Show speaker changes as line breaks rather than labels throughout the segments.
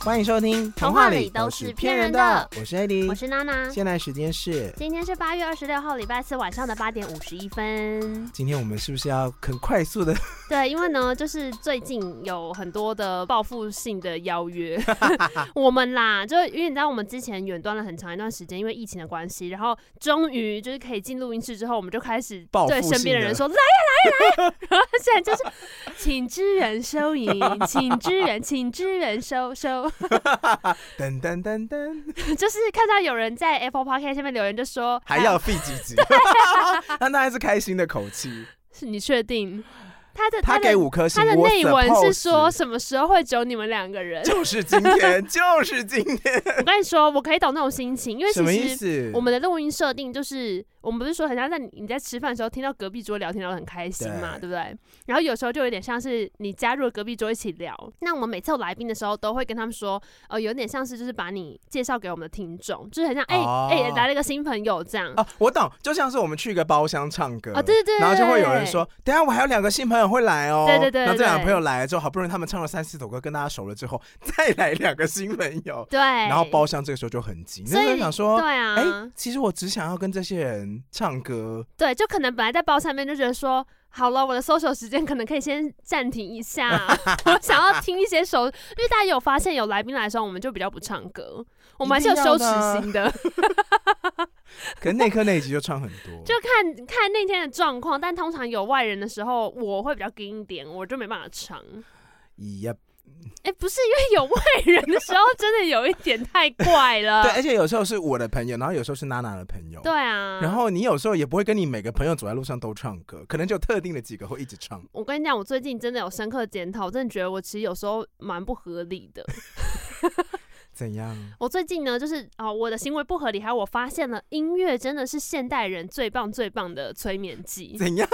欢迎收听《
童话里都是骗人的》，
我是艾迪
我，是娜娜。
现在时间是。
今天是八月二十六号，礼拜四晚上的八点五十一分。
今天我们是不是要很快速的？
对，因为呢，就是最近有很多的报复性的 邀约， 我们啦，就因为你知道，我们之前远端了很长一段时间，因为疫情的关系，然后终于就是可以进录音室之后，我们就开始
报复
对
性的
身边的人说：“来呀、来呀、来呀、然后现 在就是，请支援收银，请支援，请支援收收。
噔噔噔 噔，
就是看到有人在 Apple Podcast 下面留言，就说：“
还
哎
要费几 集？那那还是开心的口气。
是你确定？他的
他
的
给五颗星，
他的
我
内文是
suppose？
说什么时候会只有你们两个人
就是今天， 就是今天，
我跟你说，我可以懂那种心情，因为
什么
其
意
实
思？
我们的录音设定就是，我们不是说很像在你你在吃饭的时候听到隔壁桌聊天聊得很开心嘛，对不对？然后有时候就有点像是你加入了隔壁桌一起聊。那我们每次有来宾的时候，都会跟他们说，呃，有点像是就是把你介绍给我们的听众，就是很像哎哎、
哦
来了一个新朋友这样。
啊，我懂，就像是我们去一个包厢唱歌
哦对对对
然后就会有人说，等一下我还有两个新朋友会来哦，
对对对
然后这
对
两个朋友来了之后，好不容易他们唱了三四首歌，跟大家熟了之后，再来两个新朋友，
对，
然
然
后包厢这个时候就很挤，
哎所
那时候
以
想说，
对啊，
哎、其实我只想要跟这些人唱歌，
对，就可能本来在包上面就觉得说，好了，我的 social 时间可能可以先暂停 一下，我想要听一些首，因为大家有发现有来宾来的时候，我们就比较不唱歌，我们还是有羞耻心的，
可能那刻那一集就唱很多，
就看看那天的状况。但通常有外人的时候，我会比较硬一点，我就没办法唱。
也
哎、不是因为有外人的时候，真的有一点太怪了
对，。而且有时候是我的朋友，然后有时候是娜娜的朋友，
呃对。啊，
然后你有时候也不会跟你每个朋友走在路上都唱歌，可能就有特定的几个会一直唱。
我跟你讲，我最近真的有深刻检讨，我真的觉得我其实有时候蛮不合理的。
怎样？
我最近呢，就是啊、呃我的行为不合理，还有我发现了音乐真的是现代人最棒最棒的催眠剂。
怎样？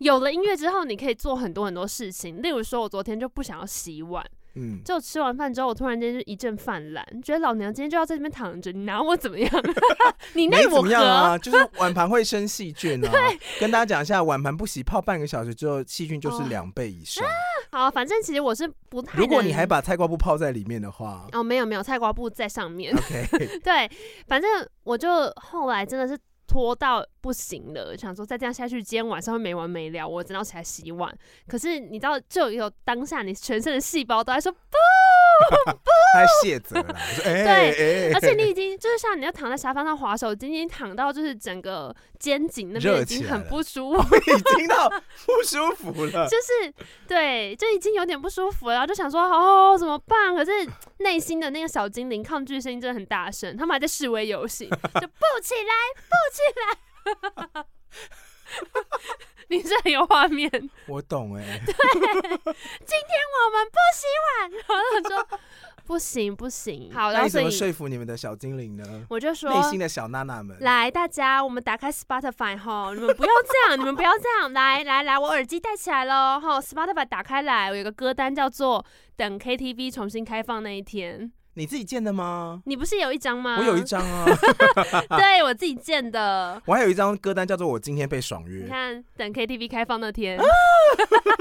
有了音乐之后，你可以做很多很多事情，例如说，我昨天就不想要洗碗，
嗯，
就吃完饭之后，我突然间就一阵犯懒，觉得老娘今天就要在这边躺着，你拿我怎么样？ 你
没
奈
怎
我
么
何？
样啊，就是碗盘会生细菌 啊。跟大家讲一下，碗盘不洗泡半个小时之后，细菌就是
哦
两倍以上。
好，反正其实我是不太能。
如果你还把菜瓜布泡在里面的话
哦，没有没有，菜瓜布在上面。
，OK，
对，反正我就后来真的是拖到不行了，想说再这样下去，今天晚上会没完没了。我真的要起来洗碗，可是你知道，就有当下你全身的细胞都在说不，
还卸责了。我说哎哎，哎
而且你已经 就是像你要躺在沙发上划手机，你已经躺到就是整个肩颈那边
热
已
起
经
来
很
了
不舒服，
我 已经到不舒服 了。
就是对，就已经有点不舒服了，然后就想说哦怎么办？可是内心的那个小精灵抗拒声音真的很大声，他们还在示威游行，就不起来，不起来。 你是很有画面，我们
我懂哎，
不洗碗， 然后他说不行不行，好，然
那
后
你
所
怎么
以
说服你们的小精灵呢？
我就说
内心的小娜娜们，
来，大家，我们打开 Spotify 吼，你们不要 这样，你们不要这样，来来来，我耳机戴起来喽吼，Spotify 打开来，我有个歌单叫做《等 KTV 重新开放那一天》，
你自己建的吗？
你不是有一张吗？
我有一，张 啊，
对我自己建的。
我还有一张歌单叫做《我今天被爽约
你》。看，等 KTV 开放那
啊
天，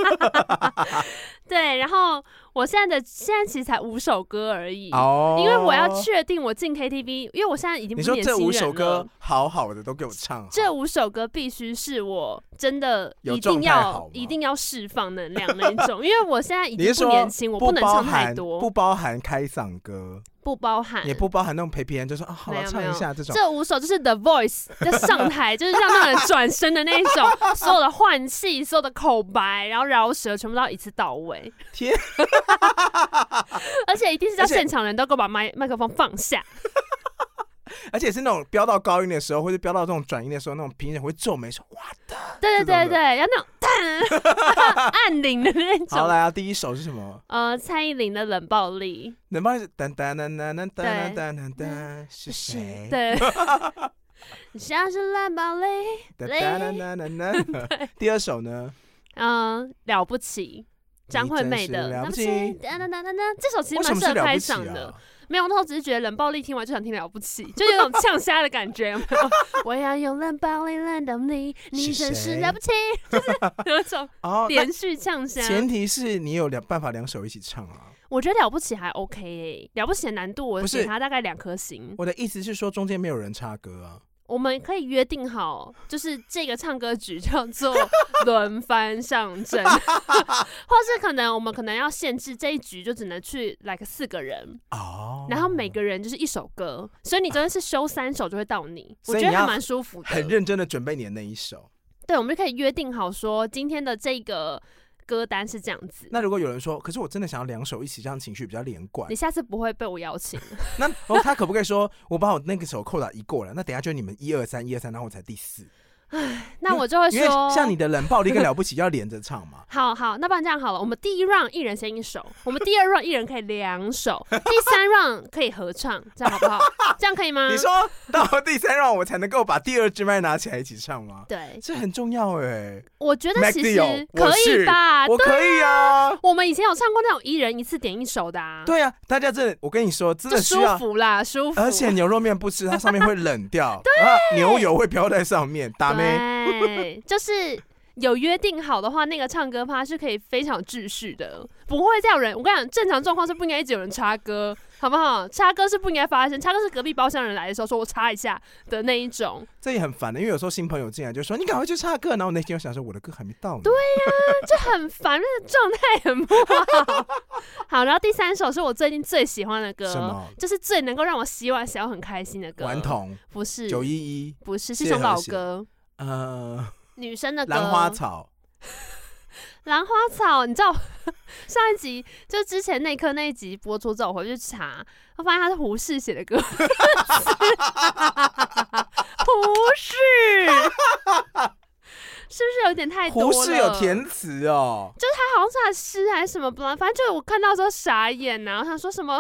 对，然后我现在的现在其实才五首歌而已，
哦
因为我要确定我进 KTV，因为我现在已经不
你
是
说
年
这
轻
五
人
首
了
歌。好好的都给我唱好，
这五首歌必须是我真的
有
一
状
定
态好吗
要一定要释放能量那一种，因为我现在已
你
经
是
不
说
年轻，我
不
能
包
唱太
含
多，
不包含开嗓歌，
不包含
也不包含那种陪别人就说啊好
没
了
有
唱
没
一
有
下这种。
这五首就是 The Voice 在 上台，就是让那人转身的那一种，所有的换气、所有的口白，然后饶舌，全部都要一次到位。
天！
而且一定是 叫
而且
现场人都给我把麦麦克风放下。
而且是那种飙到高音的时候，或者飙到这种转音的时候，那种评审会皱眉说哇。
对
这
对对
种的
对，要那种 按铃的那
好，
种。
来啊，第一首是什么？
呃，蔡依林的冷暴力。
能帮你噔噔噔噔噔噔噔噔噔是
是
谁？
对， 像是蓝宝雷，
噔噔噔噔噔噔。第二首呢？
嗯，了不起，张惠妹
你真
的
是了不起
噔噔噔噔噔，这首其实
为什
蛮
么
适
是
合
了
开
不起
场的。
啊？
没有，我那时候只是觉得冷暴力听完就想听了不起， 就有种呛虾的感觉。有 没有我要用冷暴力冷到你，你
是
真是
谁
了不起， 就是有一种
哦，那
连续呛虾。
前提是你有两办法两首一起唱啊。
我觉得了不起还 OK，、欸、了不起的难度我
不是
给他大概两颗星。
我的意思是说，中间没有人插歌啊。
我们可以约定好，就是这个唱歌局叫做轮番上阵， 或是可能我们可能要限制这一局就只能去 like 四个人，
哦，
然后每个人就是一首歌，所以你真的是修三首就会到你，我
所以
觉得
你
还
要
蛮舒服
很
的。
认真的准备你的那一首。
对，我们就可以约定好说今天的这个歌单是这样子。
那如果有人说，可是我真的想要两首一起，这样情绪比较连贯
你。下次不会被我邀 请，
那哦，他可不可以说，我把我那个手扣打一过了，那等一下就你们一二三一二三，然后我才第四。
那我就会
因为
说，。
像你的冷暴力跟了不起要连着唱嘛
好好，那不然这样好了，我们第一 round 一人先一首，我们第二 round 一人可以 两首，第三 round 可以合唱，这样好不好？这样可以吗？
你说到第三让我才能够把第二支麦拿起来一起唱 吗？
对，
这很重要哎、
我觉得其
Magdio，
实
我
可
是
以吧。
我可以啊。
我们以前有唱过那种一人一次点一首的、啊，，
对啊，大家真的，我跟你说，真
就
的需
舒
要。
服啦，舒服。
而且牛肉面不吃，它上面会冷 掉，然后牛油会飘在上面，打咩？
对， 就是有约定好的话，那个唱歌趴是可以非常有秩序的，不会再有人。我跟你讲，正常状况是不应该一直有人插歌，好不好？插歌是不应该发生，插歌是隔壁包厢人来的时候说我插一下的那一种。
这也很烦的，因为有时候新朋友进来就说你赶快去唱歌，然后我内心又想说我的歌还没到呢。对，
就很烦，那个状态很不好。 好，然后第三首是我最近最喜欢的
什
歌，
么？
就是最能够让我洗碗洗到很开心的歌。
顽童
不是，
九一一，
不是，是
谢和
首老
弦
歌，
呃，
女生的歌。
兰花，草，
兰花草，你知道上一集就之前那一刻那一集播出之后，我回去查，我发现它是胡适写的歌。 胡适。 是不是有点太多了？
胡适有填词哦，
好像是他诗还是什么不啦，反正就我看到之后傻眼啊呐、我想说什么，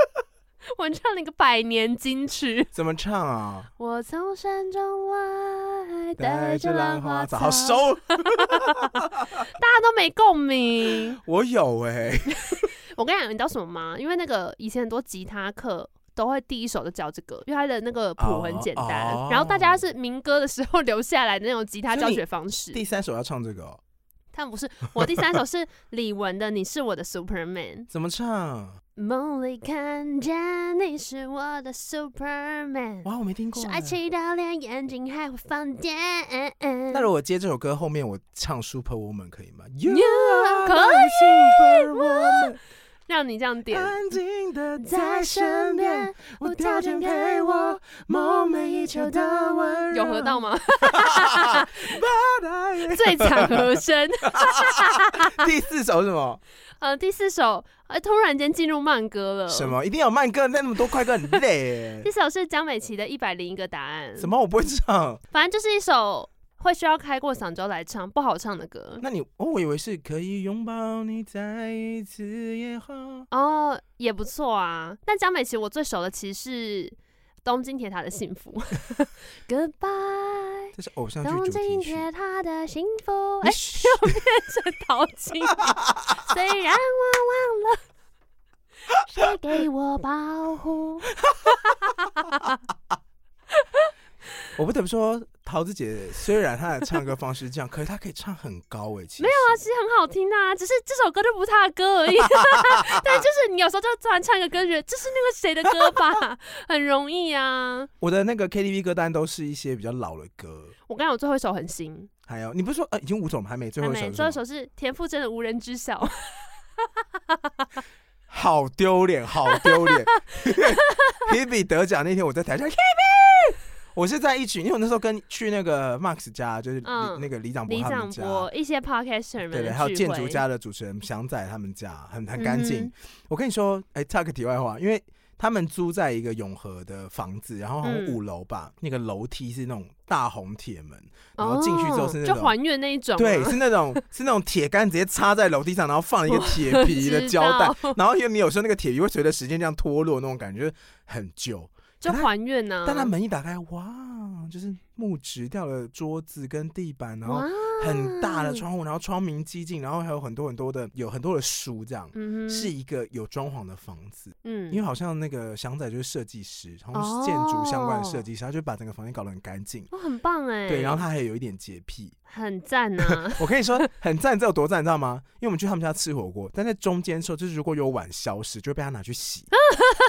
我唱了一个百年金曲，
怎么唱啊？
我从山中来，带着兰花草，
好，熟，啊
大家都没共鸣。
我有哎、
我跟你讲，你知道什么吗？因为那个以前很多吉他课。都会第一首就教这个，因为它的那个谱很简单
哦哦
然后大家是民歌的时候留下来的那种吉他
所以
教
你
学方式。
第三首要唱这个、哦，
他们不是我第三首是李玟的《你是我的 Superman》，
怎么唱？
梦里看见你是我的 Superman，
哇，我没听过
说
哎、
爱情到连眼睛还会放电。
那如果接这首歌后面我唱 Super Woman 可以吗？You
You
are
可
my Super Woman，
让你这样点，
安静的
在身边，，
我调整陪我梦寐以求的温柔。
有合到吗？
But I-
最惨和声。
第四首是什么？
呃，第四首，呃，突然间进入慢歌了。
什？么？一定要有慢歌，那那么多快歌很 累
第。四首是江美琪的《一百零一个答案》，
什么？我不会 唱。
反正就是一首会需要开过嗓之后来唱，不好唱的歌。
那你哦，我以为是可以拥抱你再一次也好。
哦，也不错啊。但江美琪我最熟的其实是《东京铁塔的幸福》，Goodbye，
这是偶像剧
东
主题
京
曲。
铁塔的幸福。哎
你，嘘
这陶晶莹，虽然我忘了。谁给我保护？
我不得不说，桃子姐虽然她的唱歌方式是这样，可 是她可以唱很高哎。没有
啊，其实很好听啊，只是这首歌就不是他的歌而已。 但就是你有时候就突然唱一个歌，觉得这是那个谁的歌吧，很容易啊。
我的那个 KTV 歌单都是一些比较老的歌，
我刚刚有最后一首很新，
还有你不是说呃已经五首吗？还没最
还
后一
没
首，
最后一，首是田馥甄的《无人知晓》。
好丢脸，好丢脸。Hebe 得奖那天我在台上，Hebe，我是在一群，因为我那时候跟去那个 Max 家，就是李、
嗯
那个李长博
李
他们
长
家，
博一些 podcaster 们
对
的
对，还有
聚
建
会
筑家的主持人祥仔他们家，很很干净。
嗯哼
我跟你说，哎、插个题外话，因为他们租在一个永和的房子，然后好像
嗯
五楼吧，那个楼梯是那种大红铁门，然后进去之后是那
哦就
种
还原那一种，啊
对，，是那种是那种铁杆直接插在楼梯上，然后放一个铁皮的胶带
我知道，
然后因为你有时候那个铁皮会随着时间这样脱落，那种感觉就是很旧。
就
但它
还原呢、啊。
但它门一打开，哇，就是木质掉了桌子跟地板，然后
哇
哦很大的，窗户，然后窗明几净，然后还有很多很多的有很多的书，这样、
嗯哼，
是一个有装潢的房子。
嗯，
因为好像那个祥仔就是设计师，然后
哦
是建筑相关的设计师，他就把整个房间搞得很干净。
哇很棒哎、
对，然后他还有一点洁癖，
很赞啊 呐、
我跟你说，很赞，这有多赞，你知道吗？因为我们去他们家吃火锅，但在中间的时候，就是如果有碗消失，就会被他拿去 洗。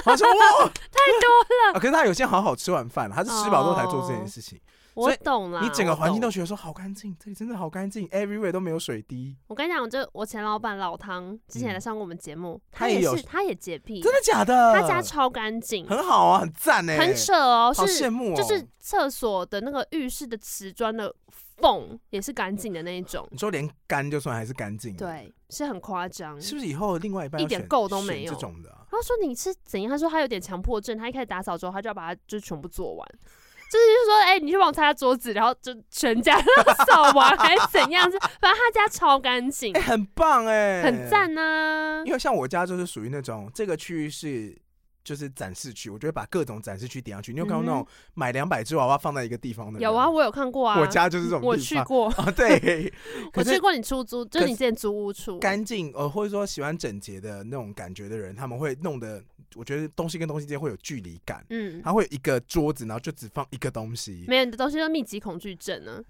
他说哇，
太多了，
啊可是他有些好好吃完饭，他是吃饱之后才做这件事情。所
我
以
懂了。
你整个
哦我
环境
懂
都觉得说好干净，这里真的好干净，everywhere 都没有水滴。
我跟你讲，就我前老板老汤之前来上过我们节目，
嗯他
他
也
也
有
是他也洁癖，
真的假的？
他家超干净，
很好啊，很赞哎，
很扯哦，
好
是
羡慕哦。
就是厕所的那个浴室的瓷砖的缝也是干净的那一种，
你说连干就算还是干净，，
对，是很夸张。
嗯是不是以后另外一半
嗯一
要
点
选
垢都
选
没有
这种的啊？
他说你是怎样？他说他有点强迫症，他一开始打扫之后，他就要把它就全部做完，就是就说哎、你去帮我擦擦桌子，然后就全家都 扫完还是怎样？是反正他家超干净
哎，，很棒哎，
很赞啊呐、
因为像我家就是属于那种这个区域是就是展示区，我就会把各种展示区点上去。你有看过那种买两百只娃娃放在一个地方的人
嗯有啊，，我有看过啊，
我家就是这种地方。
我 去过，
啊， 对，可
我去
是
过你出租，就
可
是你之前租屋处，
干净呃，或者说喜欢整洁的那种感觉的人，他们会弄得我觉得东西跟东西之间会有距离感，
嗯，
他会有一个桌子，然后就只放一个东西。
没有你的东西都密集恐惧症呢、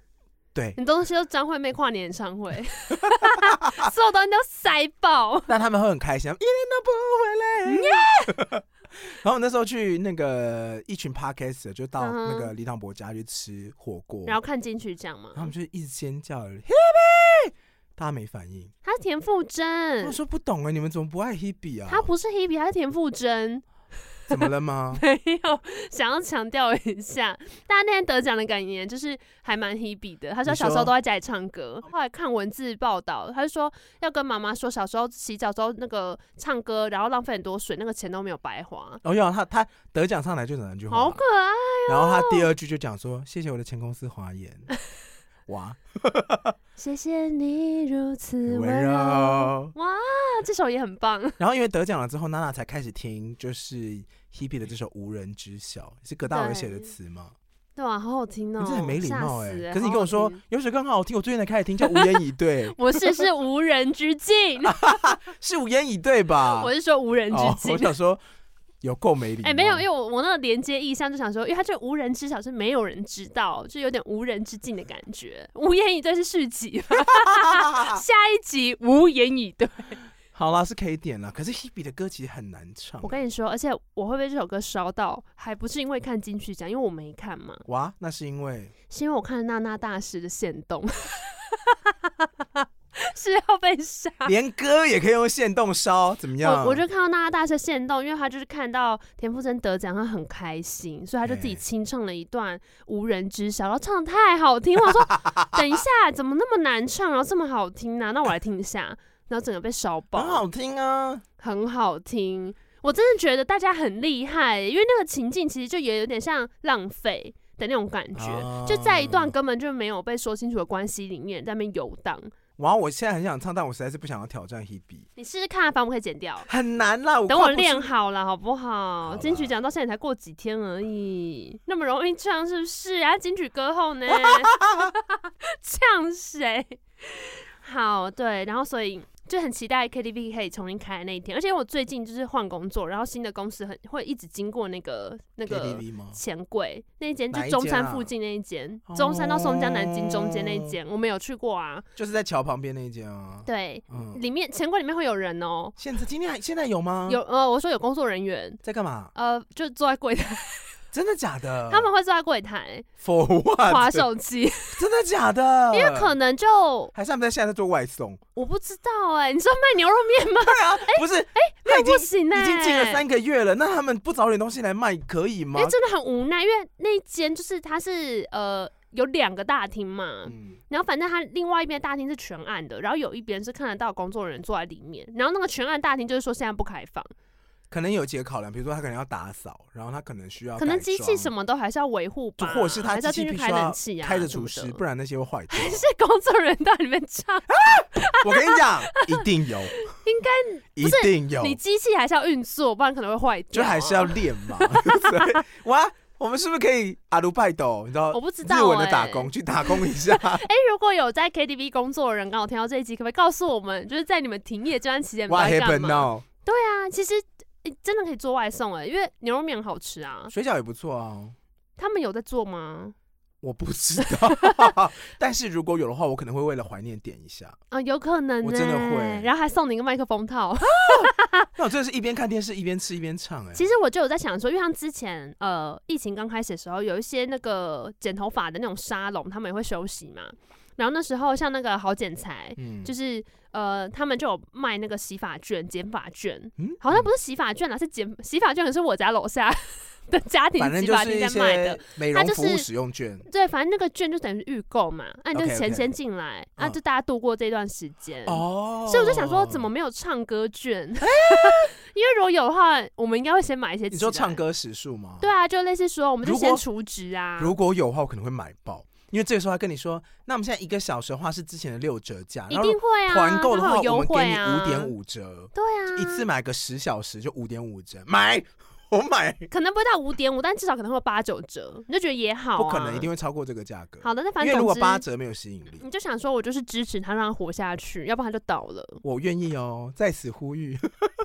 对，
你东西都张惠妹跨年演唱 会，所有东西都塞爆。
但他们会很开心，一点都不回来。 然后那时候去那个一群 podcast 就到那个
嗯
李唐伯家去吃火锅，
然后看金曲奖嘛
然后，他们就一直尖叫，Hebe，大家没反应。
他是田馥
我
甄，
说不懂哎、你们怎么不爱 Hebe 啊？
嗯他不是 Hebe，他是田馥甄。？
怎么了吗
没有，想要强调一下，大家那天得奖的感言就是还蛮 Hebe 的。他说
你
小时
说
候都在家里唱歌，后来看文字报道，他就说要跟妈妈说小时候洗澡之后那个唱歌，然后浪费很多水，那个钱都没有白花，
哦，有他他得奖上来就讲那句话，
好哦可爱。
然后他第二句就讲说谢谢我的前公司华 研，哇，
谢谢你哦如此
温
温柔。
柔。
哇，这首也很棒。
然后因为得奖了之后，娜娜才开始听就是 Hebe 的这首《无人知晓》，是葛大为写的
对
词吗？
对啊，好好听哦、
你这很没礼
吓
貌
死
哎、
欸
可是你跟
好好
我说
听
有首歌很好听，我最近才开始听，叫《无言以
，
对》
我是是无人 之境，
是无言以对吧？
我是说无人之
啊哦，
境
我。想说有够没礼貌。
哎、没有，因为我我那个连接意象就想说，因为它这无人知晓是没有人知道，就有点无人之境的感觉。无言以对是续集吧， 下一集无言以对。
好啦，是可以点啦。可是 Hebe 的歌其实很难唱
我。跟你说，而且我会被这首歌烧到，还不是因为看金曲奖，因为我没看嘛，
哇，那是因为
是因为我看了娜娜大师的现动， 是要被杀。
连歌也可以用线动烧，怎么样？
啊我我就看到娜娜大师现动，因为他就是看到田馥甄得奖，他很开心，所以他就自己
哎
清唱了一段无人知晓，然后唱的太好听，我想说等一下怎么那么难唱，然后这么好听呢、那我来听一下，然后整个被烧爆，
很好听啊。
很好听。我真的觉得大家很厉害，因为那个情境其实就也有点像浪费的那种感觉，就在一段
啊
根本就没有被说清楚的关系里面在那边游荡。
哇，我现在很想唱，但我实在是不想要挑战 Hebe，
你试试看啊，反正我可以剪掉。
很难啦。我
等我
跨不出
练好了，好不好？
啦
金曲奖到现在才过几天而已，那么容易唱是不是啊？金曲歌后 呢？呛谁？好，对，然后所以就很期待 KTV 可以重新开的那一天，而且我最近就是换工作，然后新的公司很会一直经过那个那个
KTV 吗？
钱柜那一间，就
哪一间啊
中山附近那一间，
哦
中山到松江南京中间那一间，我没有去过啊。
就是在桥旁边那一间啊。
对，
嗯，
里面钱柜里面会有人哦、
现在今天还现在有吗？
有呃，我说有工作人员，
在干嘛？
呃，就坐在柜台，
真的假的？
他们会坐在 柜台
for
划
what？
手机，
真的假的？
因为可能就
还是他们在现在在做外送？
我不知道哎、你说卖牛肉面吗？
不是，哎， 他已经
不行哎、
已经进了三个月了，那他们不找点东西来卖可以吗
因为？真的很无奈，因为那间就是它是呃有两个大厅嘛，
嗯，
然后反正它另外一边大厅是全暗的，然后有一边是看得到工作人员坐在里面，然后那个全暗大厅就是说现在不开放，
可能有几个考量，比如说他可能要打扫，然后他可能需要
可能机器什
么
么都还是要维护吧，
或者是它
还是要
机器
进去
必须
开
要
冷气啊，
开着除湿，不
然
然那些会坏 掉。
这工作人员到里面唱，
我跟你讲，一定有，
应
该一定有，
你机器还是要运作，不然可能会坏
就
掉啊、
还是要练嘛。 所以哇，我们是不是可以阿鲁拜斗？你知道
我不知
呃日
道
文
哎、
的打工去打工一 下？
哎、如果有在 KTV 工作的人刚好听到这一集，可不可以告诉我们，就是在你们停业这段期间你们
哇
都在干
，happen
嘛？
now，
对啊，其实、欸真的可以欸做外送哎、因为牛肉面很好吃啊。
水饺也不错啊。
他们有在做吗？
我不知道， 但是如果有的话，我可能会为了怀念点一下。
啊，有可能、欸，
我真的会
然后还送你一个麦克风套。
那我真的是一边看电视一边吃一边唱、哎，
其实我就有在想说，因为像之前呃疫情刚开始的时候，有一些那个剪头发的那种沙龙，他们也会休息嘛。然后那时候像那个好剪裁，
嗯
就是呃他们就有卖那个洗发卷、剪发卷，
嗯
好像不是洗发卷啦，是剪洗发卷，可是我家楼下的家
嗯
庭
反正
洗
就
发
是
店
一
在卖的
些。美
它
容
就
服务
是
使用券，
对，反正那个券就等于预购嘛，啊，你就
OK，OK，
钱
OK
先进来啊，
嗯
就大家度过这段时间。
哦，
嗯所以我就想说，怎么没有唱歌券？ 因为如果有的话，我们应该会先买一些。
哦
啊
你说唱？歌时数吗？
对啊，就类似说，我们就
如果
先除值啊。
如果有的话，我可能会买爆，因为这个时候他跟你说，那我们现在一个小时的话是之前的六折价，
一
然后
定会啊，
团购的
它
话，
会有
我
优
们给
惠
你
啊，
五点。五折，
对啊，
一次买个十小时就五点五折，买 我买，
可能不会到五点五，但至少可能会有八九折，你就觉得也好、啊。
不可能一定会超过这个价格。
好的，那反
因为
正
如
总
果
之
八折没有吸引力，
你就想说，我就是支持他，让他活下去，要不然他就倒了。
我愿意哦，在此呼 吁。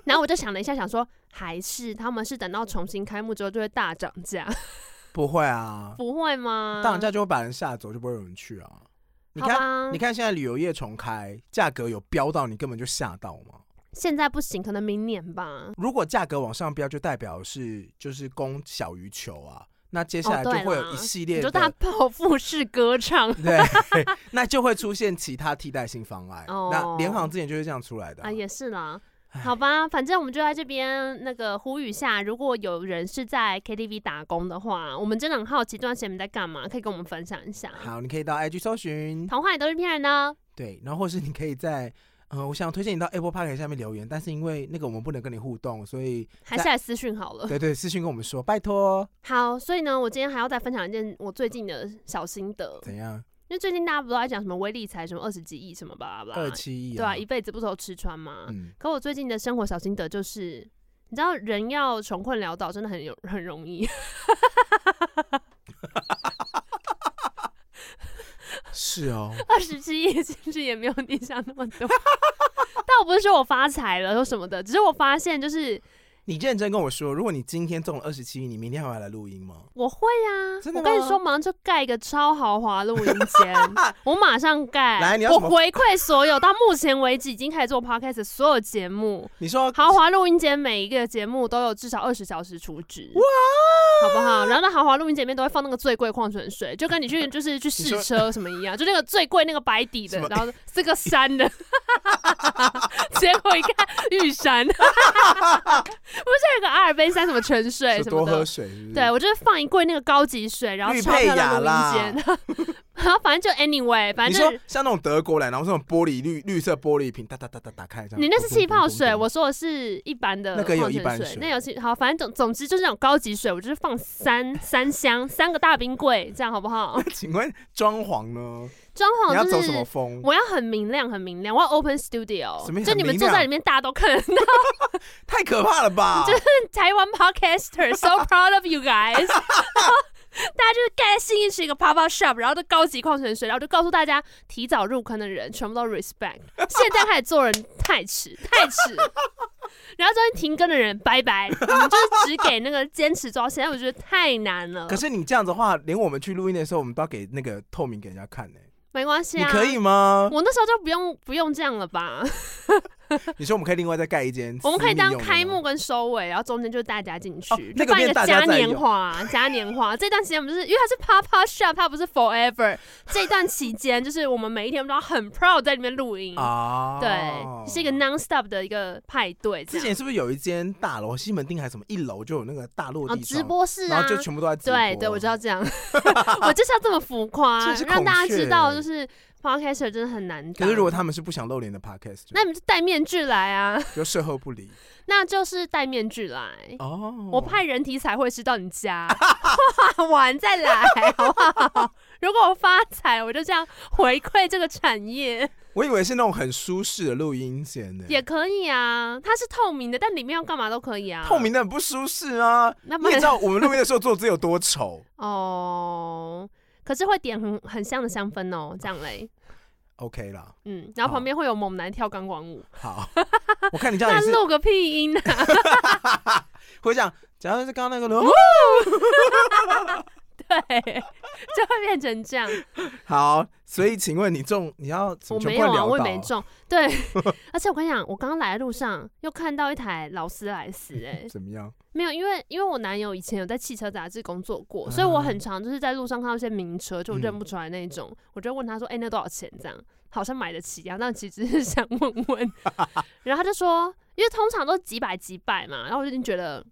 然后我就想了一下，想说还是他们是等到重新开幕之后就会大涨价，
不会啊，
不会吗？
当然这样就会把人吓走，就不会有人去啊。你
嗯好
看，
吧
你，看现在旅游业重开，价格有飙到你根本就吓到吗？
现在不行，可能明年吧。
如果价格往上飙，就代表是就是供小于求啊。那接下来
哦
就
对
会有
啦
一系
你
列
说
的、
大报复式歌唱，
对， 那就会出现其他替代性方案。
哦
那联行之前就是这样出来的啊、
啊，也是啦
唉。
好吧，反正我们就在这边那个呼吁下，如果有人是在 KTV 打工的话，我们真的很好奇这段时间你们在干嘛，可以跟我们分享一下。
好，你可以到 IG 搜寻，
童话也都是骗人的，哦
对，然后或是你可以在。呃，我想推荐你到 Apple Park 下面留言，但是因为那个我们不能跟你互动，所以
还是来私讯好 了。
对对，私信跟我们说，拜托，
好，所以呢，我今天还要再分享一件我最近的小心得，
怎样？
因为最近大家不都在讲什么微理财，什么二十几亿，什么巴拉巴
二
拉，
七亿，
对啊，一辈子不愁吃穿嘛。
嗯，
可我最近的生活小心得就是，你知道人要穷困潦倒真的很有很容易，
是哦，
二十七亿其实也没有你想那么多。 但我不是说我发财了说什么的，只是我发现就是
你认真跟我说，如果你今天中了二十七亿，你明天还会来录音吗？
我会啊
真，的
我跟
吗
你说，马上就盖一个超豪华录音 间，我马上盖。
来你要
我
什么
回馈所有到目前为止已经开始做 podcast 的所有节目，
你说
豪华录音间每一个节目都有至少二十小时储值。好不好？然后那豪华录音间里面都会放那个最贵矿泉水，就跟你去就是去
你说
试车什么一样，就那个最贵那个白底的
什么，
然后是个山 的，结果一看玉山， 不是有个阿尔卑山什么泉水
说
什
多
么
喝
的。
水是不是，
对，我就是放一柜那个高级水，然后
绿
超
嗯佩
漂亮
雅
的录音间， 然后反正就 anyway，反
你
正就
说
是
像那种德国来，然后这种玻璃绿绿色玻璃瓶，打打打打打开这样。
你那是气泡
咚咚咚
水，
咚咚
我说的是一般的
那个有
矿
一
泉
般
水
水，
那有气好，反正总总之就是那种高级水，我就是放三三箱三个大冰柜，这样好不好？
请问装潢呢？
装
你要
潢
走
哦就
什么
是
风？
我要很明亮，很明亮，我要 open
什么
studio，
很
就你们
明
坐在
亮
里面，大家都看得到。
太可怕了吧！
台湾 podcaster，so proud of you guys。大家就是盖在信义区一个 pop up shop，然后就高级矿泉水，然后就告诉大家提早入坑的人全部都 respect。现在开始做人太迟， 太迟了。然后中间停更的人，拜拜！你们就是只给那个坚持做到现在，我觉得太难 了
可。是你这样子的话，连我们去录音的时候，我们都要给那个透明给人家看呢、
没关系
你
啊，
可以吗？
我那时候就不用不用这样了吧？
你说我们可以另外再盖一间，
我们可以当开幕。跟收尾，然后中间就大家进去，
哦那
就
个
办一
变大
个
家
嘉
在
年
用
华。嘉年华 这段时间我们就是因为它是 Papa Shop，它不是 Forever。这段期间就是我们每一天都要很 proud 在里面录音，
啊，
对，是一个 non stop 的一个派对这
之
样。
前是不是有一间大楼，西门町还是什么一楼就有那个大落
哦，
地
直
窗，
播室
然
啊
后，就全部都在直播。
对对，我知道这样， 我就是要这么 浮夸
真是，
让大
孔
家知
雀
道
欸
就是 Podcaster 真的很难
可是如果
当
他们是不想露脸的 podcast，就
那你们就戴面具来啊，
就售后不理
那就是戴面具来。
哦。
我派人体彩绘师到 你家画完再来，好不好？如果我发财，我就这样回馈这个产业
我以为是那种很舒适的录音间呢、
也可以啊。它是透明的，但里面要干嘛都可以啊。
透明的很不舒适啊。
那
你
不
也知
能
道我们录音的时候坐姿有多丑
哦，可是会点很很香的香氛哦，这样嘞。
，OK 啦，
嗯，然
哦
后旁边会有猛男跳钢管舞，
好，我看你这样
那
也是
录个屁音啊！
会这样，假如是刚刚那个，哦
对，就会变成 这样。
好，所以请问你中你要
我
穷
没
困
有啊，
潦
我
倒
也没中。 对，而且我跟你讲，我刚刚来的路上又看到一台劳斯莱斯、哎，
怎么样？
没有，因为因为我男友以前有在汽车杂志工作过，所以我很常就是在路上看到一些名车，就我认不出来那种，我就问他说：“哎、那多少钱？”这样好像买得起一样，但其实是 想问问。然后他就说，因为通常都几百几百嘛，然后我就已经觉得，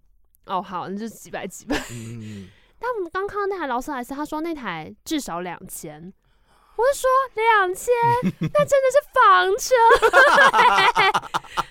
哦，好，那就几百几百。
嗯，
但我们刚看到那台劳斯莱斯，他说那台至少两千。我就说两千，那真的是房车、欸，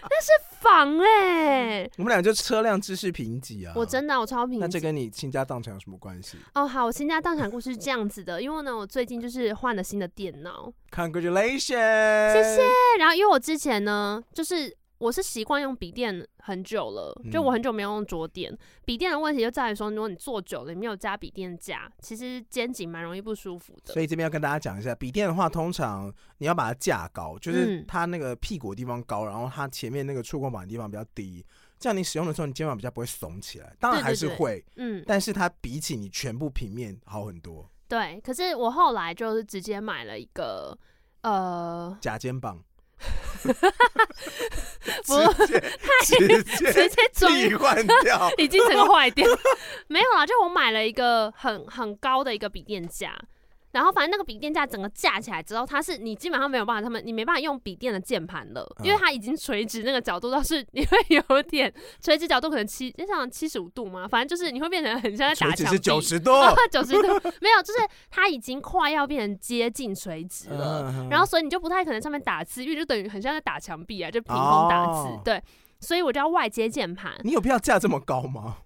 那是房哎、
我们俩就车辆知识贫瘠啊。
我真的，我超平
那这
静。
跟你倾家荡产有什么关系
哦，好，我新家荡产故事是这样子的，因为呢，我最近就是换了新的电脑，
？Congratulations！
谢谢。对，然后因为我之前呢，就是我是习惯用笔电很久了，就我
嗯
很久没有用桌垫。笔电的问题就在于说，如果你坐久了，你没有加笔电架，其实肩颈蛮容易不舒服的。
所以这边要跟大家讲一下，笔电的话，通常你要把它架高，就是
嗯
它那个屁股的地方高，然后它前面那个触控板的地方比较低，这样你使用的时候，你肩膀比较不会耸起来。当然
对对
还是
对
会，
嗯，
但是它比起你全部平面好很 多。
对，可是我后来就是直接买了一个，呃，
假肩膀，
不
直接直
直
接
接装。
替换掉
已经整个坏掉，没有啦，就我买了一个很很高的一个笔电架，然后反正那个笔电架整个架起来之后，它是你基本上没有办法，他们你没办法用笔电的键盘了，因为
嗯
它已经垂直那个角度，倒是你会有点垂直角度可能七，就像七十五度嘛，反正就是你会变成很像在
垂
打
直
墙
是
壁，
九嗯十度，
九十度没有，就是它已经快要变成接近垂直了。
嗯
然后所以你就不太可能上面打字，因为就等于很像在打墙壁啊，就凭空打字。
哦
对，所以我就要外接键盘。
你有必要架这么高吗？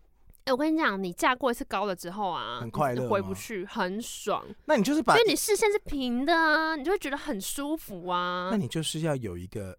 哎、我跟你讲，你架过一次高了之后啊，
很快
你
乐
回
吗
不去，很爽，
那你就是把
因为，你视线是平的啊，你就会觉得很舒服啊
那。你就是要有一个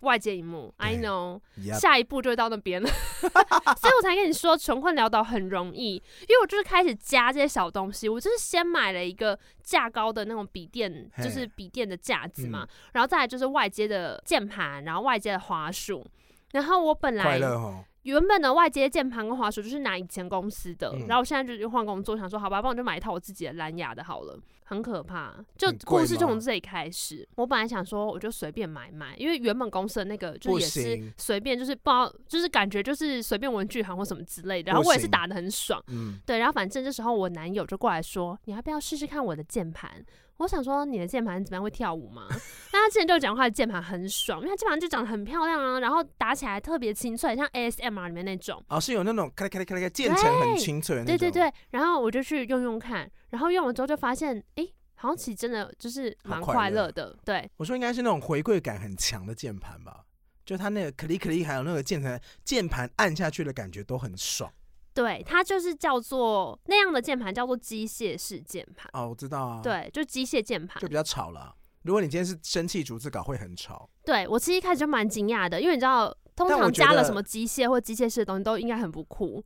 外接一幕，I
对
know，
一样。
下一步就会到那边了， 所以我才跟你说穷困潦倒很容易，因为我就是开始加这些小东西，我就是先买了一个架高的那种笔电，
嘿嗯
就是笔电的架子嘛，然后再来就是外接的键盘，然后外接的滑鼠。然后我本
快
来
乐哦，
原本的外接键盘跟滑鼠就是拿以前公司的，
嗯
然后我现在就换工作，想说好吧，帮我就买一套我自己的蓝牙的好了，很可怕。就
很贵
故事就
吗
从这里开始。我本来想说我就随便买买，因为原本公司的那个就
不
是也是
行，
随便，就是不知道，就是感觉就是随便文具行或什么之类的，然后
不
我也是
行
打的很爽。
嗯，
对，然后反正这时候我男友就过来说：“你要不要试试看我的键盘？”我想说你的键盘怎么样会跳舞吗？ 那他之前就讲话的键盘很爽，因为他键盘就长得很漂亮啊，然后打起来特别清脆，像 ASMR 里面那种。
哦，是有那种咔啦咔啦咔啦咔啦渐层很
对
清脆的那
对
种，
对对，然后我就去用用看，然后用了之后就发现，诶，好像其实真的就是
好
蛮
快
快
乐
乐的。对，
我说应该是那种回馈感很强的键盘吧，就它那个 click click 还有那个键盘键盘按下去的感觉都很爽。
对，它就是叫做那样的键盘叫做机械式键盘，
哦，我知道啊，，
对，就机械键盘
就。比较吵啦。如果你今天是生气竹子稿，会很吵。
对我其实一开始就蛮惊讶的，因为你知道，通
但我
常
觉
加了
得
什么机械或机械式的东西都应该很不酷。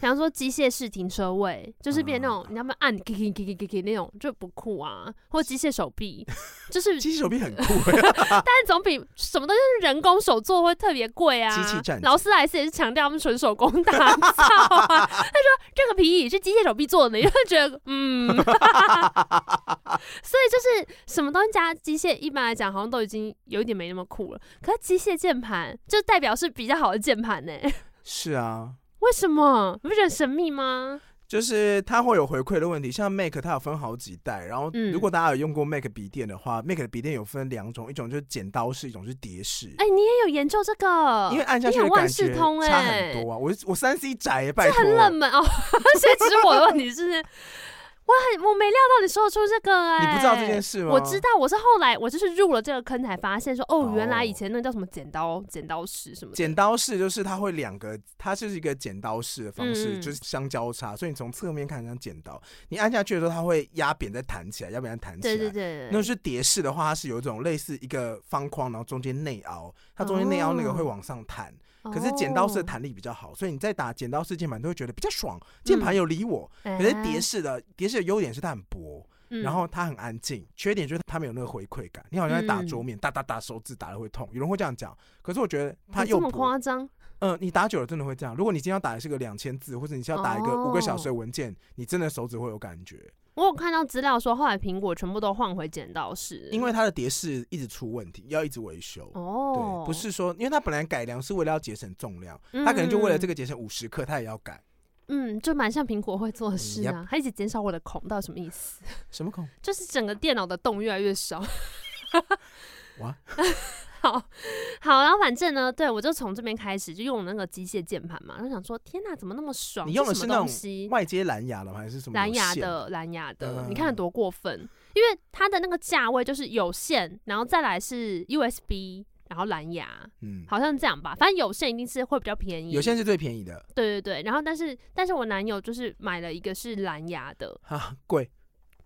比方说机械式停车位，就是变那种、
啊
你要不要按 k k k k k k 那种就不酷啊，或机械手臂，就是
机器手臂很 酷、欸
但总比什么东西是人工手做会特别贵啊。
机器战士
劳斯莱斯也是强调他们纯手工打造啊， 他说这个皮椅是机械手臂做的，你就会觉得嗯， 所以就是什么东西加机械，一般来讲好像都已经有一点没那么酷了。可是机械键盘就代表是比较好的键盘呢、
是啊，
为什么？你不觉得很神秘吗？
就是它会有回馈的问题，像 Mac 它有分好几代，然后
嗯
如果大家有用过 Mac 笔电的话、m a c 的笔电有分两种，一种就是剪刀式，一种就是叠式。
哎、你也有研究这个？
因为按下
你
去
很
的感
万事
觉
通
差
哎、
很多啊！我我三 C 宅耶，拜托，
很冷门哦， 所以只是我的问题是，我很我没料到你说得出这个哎、
你不知道这件事吗？
我知道，我是后来我就是入了这个坑才发现说，哦
哦，
原来以前那个叫什么剪刀剪刀石什么的
剪刀式就是它会两个，它就是一个剪刀式的方式，
嗯
就是相交叉，所以你从侧面看很像剪刀，你按下去的时候它会压扁再弹起来，压扁再弹起来。
对对对
啊那
对，
是叠式的话，它是有一种类似一个方框，然后中间内凹，它中间内凹那个
哦
会往上弹。可是剪刀式的弹力比较好，所以你在打剪刀式键盘都会觉得比较爽，键盘有理我。
哦，
可是叠式的叠式的优点是它很薄，
嗯
然后它很安静，缺点就是它没有那个回馈
嗯
感。你好像在打桌面，哒哒哒，手指打的会痛，有人会这样讲。可是我觉得它
有这
又
么
薄，
夸张，
嗯，你打久了真的会这样。如果你今天要打的是个两千字，或者你是要打一个
哦
五个小时的文件，你真的手指会有感觉，
我有看到资料说，后来苹果全部都换回剪刀式，
因为它的蝶式一直出问题，要一直维修。
哦，
对，不是说，因为它本来改良是为了要节省重量，
嗯，
它可能就为了这
个，
个节省五十克，它也要改。
嗯，就蛮像苹果会做的事
Yep
啊，它一直减少我的孔，到底什么意思？
什么孔？
就是整个电脑的洞越来越少。
哇，
好好，然后反正呢，对我就从这边开始就用那个机械键盘嘛，然后想说天哪，怎么那么爽？
你
这
用的
什
是
么
那
东
种
西？
外接蓝牙的吗？还是什么有
蓝牙
线？
的，蓝牙的，
嗯
你看有多过分？因为它的那个价位就是有线，然后再来是 USB，然后蓝牙，
嗯，
好像这样吧。反正有线一定是会比较便宜，
有线是最便宜的，
对对对。然后但是但是我男友就是买了一个是蓝牙的，
哈，贵，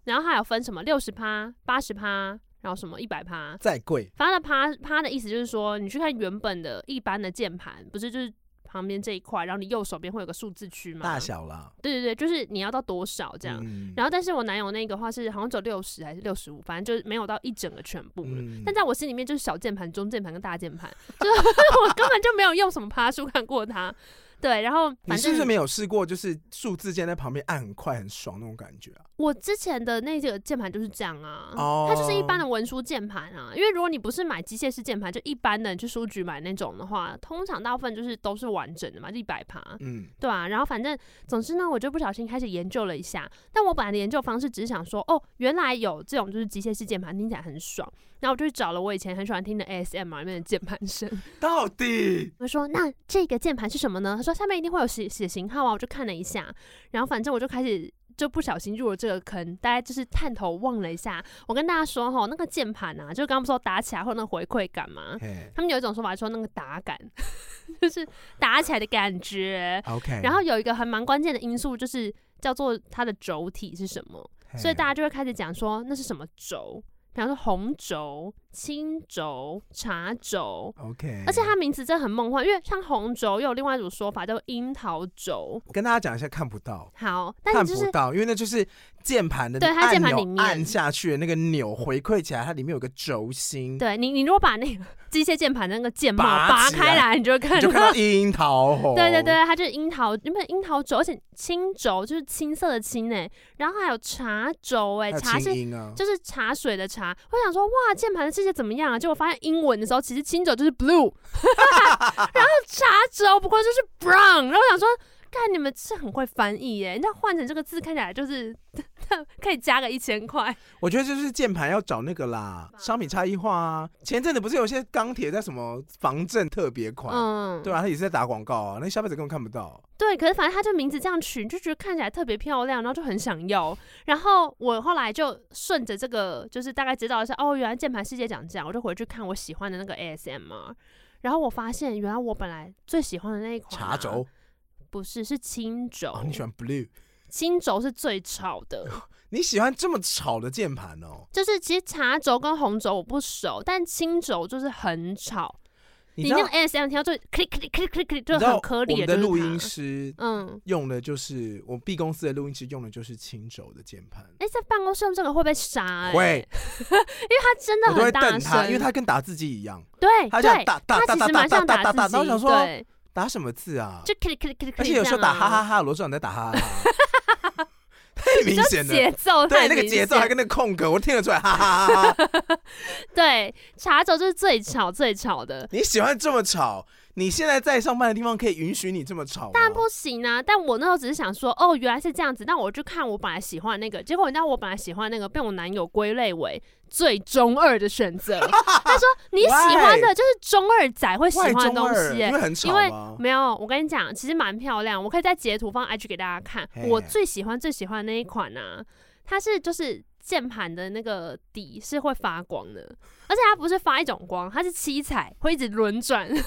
然后还有分什么六十趴、八十趴，然后什么一百趴，
再贵。
反正它的趴趴的意思就是说，你去看原本的一般的键盘，不是就是旁边这一块，然后你右手边会有个数字区嘛？
大？小啦，
对对对，就是你要到多少这样。
嗯
然后，但是我男友那个话是好像只有六十还是六十五，反正就是没有到一整个全部了。
嗯
但在我心里面就是小键盘、中键盘跟大键盘，就是 我根本就没有用什么趴数看过它。对，然后
你
反
是不是
正
没有试过，就是数字键在旁边按很快很爽那种感觉啊？
我之前的那个键盘就是这样啊。
哦，
它就是一般的文书键盘啊，因为如果你不是买机械式键盘，就一般的你去书局买那种的话，通常大部分就是都是完整的嘛，一百趴，
嗯，
对啊。然后反正总之呢，我就不小心开始研究了一下，但我本来的研究方式只是想说，哦，原来有这种就是机械式键盘，听起来很爽。然后我就去找了我以前很喜欢听的 ASMR 里面的键盘声，
到底
我说那这个键盘是什么呢？他说下面一定会有写写型号啊，我就看了一下，然后反正我就开始就不小心入了这个坑，大家就是探头望了一下。我跟大家说哈，那个键盘啊，就刚刚不是说打起来会有那个回馈感吗？
嘿
他们有一种说法说那个打感， 就是打起来的感觉。
，OK，
然后有一个还蛮关键的因素，就是叫做它的轴体是什么，所以大
家
家就会开始讲说那是什么轴，比方说红轴、青轴、茶轴，
OK，
而且它名字真的很梦幻，因为像红轴又有另外一种说法叫樱桃轴。
我跟大家讲一下，看不到。
好，但
看
你就
不
是
到，因为那就是键盘的
对它键盘
按
里
钮
面
按下去的那个钮回馈起来，它里面有个轴心，
对你，你如果把那个机械键盘那个键帽
拔
拔
起
开
来
来，你就会看
你就看
到
到。樱桃红。
对对，对，它就是樱桃，因为樱桃轴，而且青轴就是青色的青哎、然后还有茶轴哎、
还有
茶
清
是
音啊，
就是茶水的茶。我想说哇，键盘的世界怎么样啊？结果发现英文的时候，其实青轴就是 blue，然后茶轴不过就是 brown。然后我想说，看你们是很会翻译耶，你知道换成这个字看起来就是 可以加个一千块。
我觉得就是键盘要找那个啦，商品差异化啊。前阵子不是有些钢铁在什么防震特别款，
嗯，
对啊，它也是在打广告啊，那消费者根本看不到。
对，可是反正他这名字这样取，你就觉得看起来特别漂亮，然后就很想要。然后我后来就顺着这个，就是大概知道一下，哦，原来键盘世界长这样，我就回去看我喜欢的那个 ASMR。然后我发现，原来我本来最喜欢的那一款、啊
茶轴，
不是是青轴，
哦，你喜欢 blue，
青轴是最吵的。
你喜欢这么吵的键盘哦？
就是其实茶轴跟红轴我不熟，但青轴就是很吵。
你
你
知道
那个 ASMR 听到就 click click click click click
你
就
知道
很颗
我
粒
们
的，
的
就是
录音
它
师
嗯，
用的就是我 B 公司的录音师用的就是青轴的键盘，
哎、在办公室用这个会被杀、欸，
会，
他真
我
的
都会
很
瞪
大
他，
声，
因为他跟打字机一样，
对
他这样
对，
打打
他
打
其
打
实蛮
打
像
打打
打
打，
字
然后
机，
想说
对，
打什么字啊？
就 click click click，
而且有时候打
啊
哈哈哈，罗志祥在打哈哈哈， 太明显了。
节奏
对，
太
那个
明
节奏
显
还跟那个空格，我听得出来，哈哈哈哈！
对茶轴就是最吵最吵的，
你喜欢这么吵？你现在在上班的地方可以允许你这么吵吗？
但不行啊！但我那时候只是想说，哦，原来是这样子，那我就看我本来喜欢的那个，结果你知道我本来喜欢的那个被我男友归类为最中二的 选择，他说你喜欢的就是中二仔会喜
外中
欢的东
二，
西、
因
欸
为。很吵
因为
吗？
没有，我跟你讲，其实蛮漂亮，我可以再截图放 IG 给大家看
嘿。
我最喜欢最喜欢的那一款啊，它是就是键盘的那个底是会发光的，而且它不是发一种光，它是七彩，会一直轮转。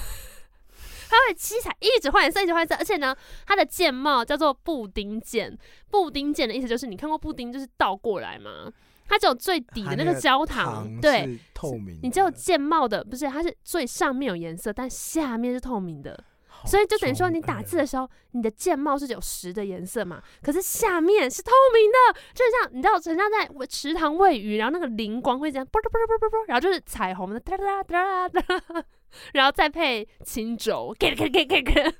它会七彩一直换颜色，一直换颜色，而且呢，它的键帽叫做布丁键。布丁键的意思就是，你看过布丁就是倒过来吗？它只有最底的那个焦糖，
糖
对，
是透明的，哦
你只有键帽的，不是，它是最上面有颜色，但下面是透明的。所以就等于说，你打字的时候，你的键帽是有实的颜色嘛，可是下面是透明的，就很像你知道，很像在池塘喂鱼，然后那个灵光会这样，啵啵啵啵啵啵，然后就是彩虹的哒哒哒哒哒， 然后再配青轴，给给给给 给。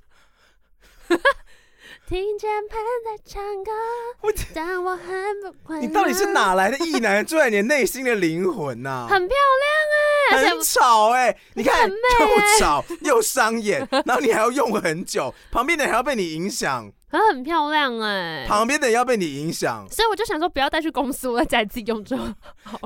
听键盘在唱歌，
我
但我很不快乐。
你到底是哪来的异男住在你的内心的灵魂呐、
很漂亮哎、而且
很吵哎、你看
很媚欸
又吵又伤 眼，然后你还要用很久，旁边的人还要被你影 响，
很很漂亮哎、
旁边的人要被你影响。
所以我就想说，不要带去公司，我在家里自己用就好。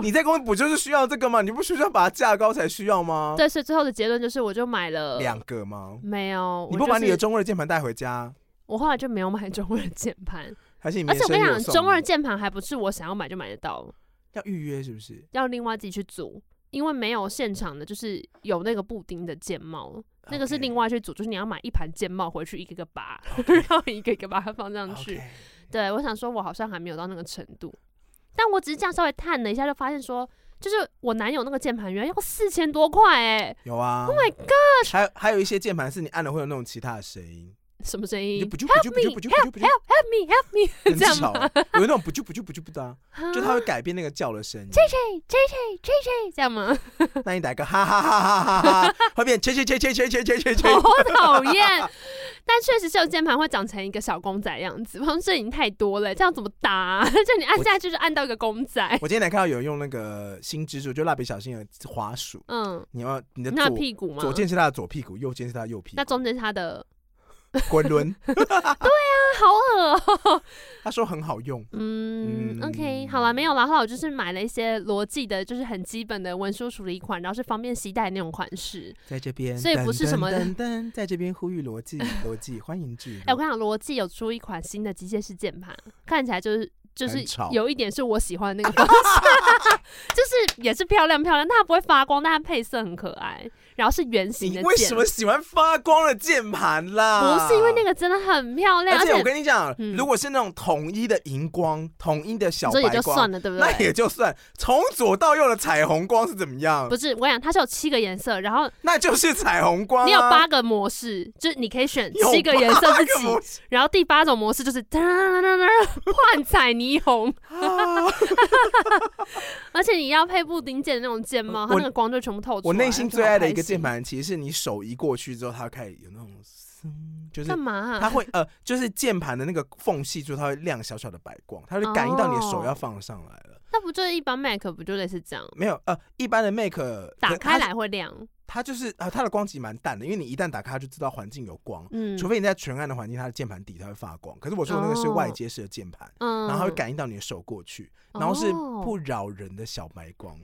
你在公司不就是需要这个吗？你不需要把它架高才需要吗？
对，所以最后的结论就是，我就买了
两个吗？
没有，
你
我
不
就
把你的
是
中二键盘带回家，
我后来就没有买中二键盘，
还是你
而
们
且我跟你讲，中二
二
键盘还不是我想要买就买得到，
要预约是不是？
要另外自己去组，因为没有现场的，就是有那个布丁的键帽。那个是
OK
另外去组，就是你要买一盘键帽回去，一个一个拔， 然后一个一个把它放上去。
OK
对，我想说，我好像还没有到那个程度，但我只是这样稍微探了一下，就发现说，就是我男友那个键盘原来要四千多块哎、
有啊。
Oh my god，
还有还有一些键盘是你按了会有那种其他的声音，
什么声
你
音
就不就不就不就不就不就不就，
？Help me, help me！
很
这样
吵
吗
啊，有那种不就不就不就不的啊，就它
啊
会改变那个叫的声音。
这样吗？
那你打个哈哈哈哈哈哈，会变切切切切切切切切 切。
好讨厌！但确实是有键盘会长成一个小公仔样子，好像这已经太多了，这样怎么打、啊？就你按下去就按到一个公仔，
我今天来看到有人用那个新蜘蛛，就蜡笔小新的滑鼠，
嗯，
你要你的
那
左
屁股吗？
左键是他的左屁股，右键是他的右屁股
那，中间是它的，
滚轮。
啊，好恶、哦。
他说很好用，
嗯
嗯
，OK，好了，没有啦。后来我就是买了一些逻辑的，就是很基本的文书处理款，然后是方便携带的那种款式。
在这边，
所以不是什么
噔噔噔，在这边呼吁逻辑，逻辑欢迎至入
哎、我跟你讲，逻辑有出一款新的机械式键盘，看起来就是就是
很吵
有一点是我喜欢的那个方向， 就是也是漂亮漂亮，但它不会发光，但它配色很可爱，然后是圆形
你
的
为
键
什，么喜欢发光的键盘啦？
不是因为那。个真的很漂亮，而
而且
且
我跟你讲，
嗯
如果是那种统一的荧光、统一的小
这也
白
就算
光，
了，对不
那
对？
也就算。从左到右的彩虹光是怎么样？
不是，我跟你讲它是有七个颜色，然后
那就是彩虹光、啊。
你有八个模式，就是你可以选
有
七个颜色
八
自
个
己
模式
然后第八种模式就是哒哒哒哒哒幻彩霓虹，
啊
而且你要配布丁键的那种键帽，它
我
那个光就全部透出来。
我内心
就
最
好
爱的一
开
个
心
键盘，其实是你手一过去之后，它会开始有那种声，就是
干嘛啊、
它会呃，就是键盘的那个缝隙处，它会亮小小的白光，它会感应到你的手要放上来了。
那不就是一般 Mac 不就类似这样？
没有呃，一般的 Mac
打
它
开来会亮，
它就是呃，它的光极蛮淡的，因为你一旦打开，它就知道环境有光。
嗯，
除非你在全暗的环境，它的键盘底它会发光。可是我说的那个是外接式的键盘，
哦嗯，
然后它会感应到你的手过去，然后是
哦
不扰人的小白光，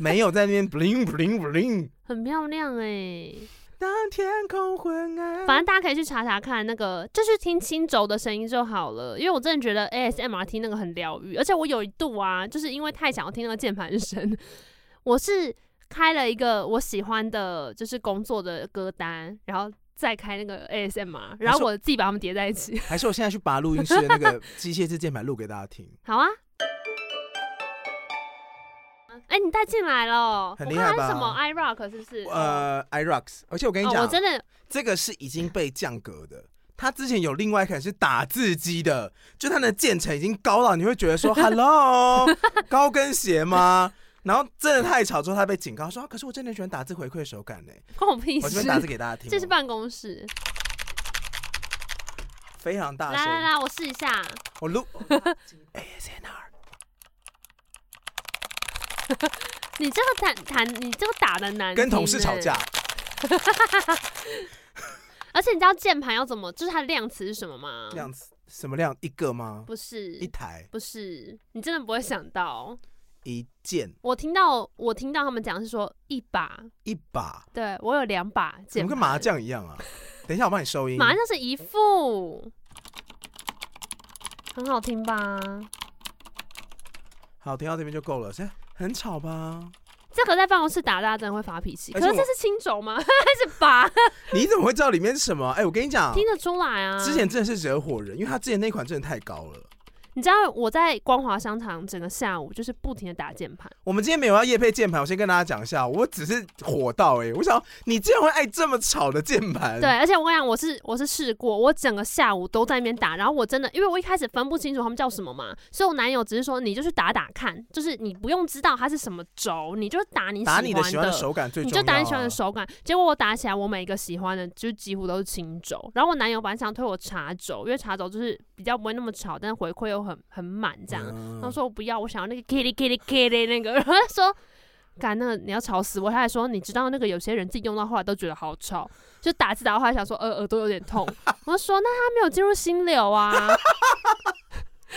没有在那边 bling bling bling。
很漂亮哎、
当天空昏暗，
反正大家可以去查查看，那个就是听轻轴的声音就好了，因为我真的觉得 ASMR 听那个很疗愈，而且我有一度啊，就是因为太想要听那个键盘声， 我是开了一个我喜欢的，就是工作的歌单，然后再开那个 ASMR，然后我自己把它们叠在一起。
还是我现在去拔录音室的那个机械式键盘录给大家听。
好啊。哎、你带进来了，哦
很厉害吧
我看它是什么 iRock 是不是？
呃，iRocks，而且我跟你
哦，
讲，啊
我真的
这个是已经被降格的。它之前有另外一款是打字机的，就它的键程已经高到你会觉得 说 “hello”，高跟鞋吗？然后真的太吵之后，他被警告说、啊可是我真的很喜欢打字回馈手感呢、欸
关我屁
我这
事
边。打字给大家听哦，
这是办公室，
非常大
来来
声。
来，我试一下。
我 录 ASMR，
你这个弹弹，你这个打的难、
跟同事吵架。，
而且你知道键盘要怎么，就是它的量词是什么吗？
量什么量一个吗？
不
一
是，
台
不是，你真的不会想到。
一键
我听到我听到他们讲是说一把，
一把，
对我有两把
怎
键
么
盘，
跟麻将一样啊？等一下我帮你收音。
麻将是一副，很好听吧？
好，听到这边就够了，这很吵吧？
这个在办公室打，大家真的会发脾气。
而
可
且
是这
我啊
是轻轴吗？还 是拔？
你怎么会知道里面是什么？哎、我跟你讲，
听得出来啊！
之前真的是惹火人，因为他之前那款真的太高了。
你知道我在光华商场整个下午就是不停的打键盘，
我们今天没有要夜配键盘，我先跟大家讲一下，我只是火到哎、我想你竟然会爱这么吵的键盘，
对，，而且我跟你讲，我是我是试过，我整个下午都在那边打，然后我真的因为我一开始分不清楚他们叫什么嘛，所以我男友只是说你就去打打看，就是你不用知道它是什么轴，你就打你喜
打你的喜欢
的
的手感最
你
重要、啊，
就打你喜欢的手感。结果我打起来，我每一个喜欢的就几乎都是青轴。然后我男友本来想推我茶轴，因为茶轴就是比较不会那么吵，但是回馈又很很满这样。
嗯
他说我不要，我想要那个 kitty kitty kitty 那个。然后 他说。干，那个你要吵死我！他还说，你知道那个有些人自己用到后来都觉得好吵，就打字打到后来想说，呃，耳朵有点痛。 我就说，那他没有进入心流啊，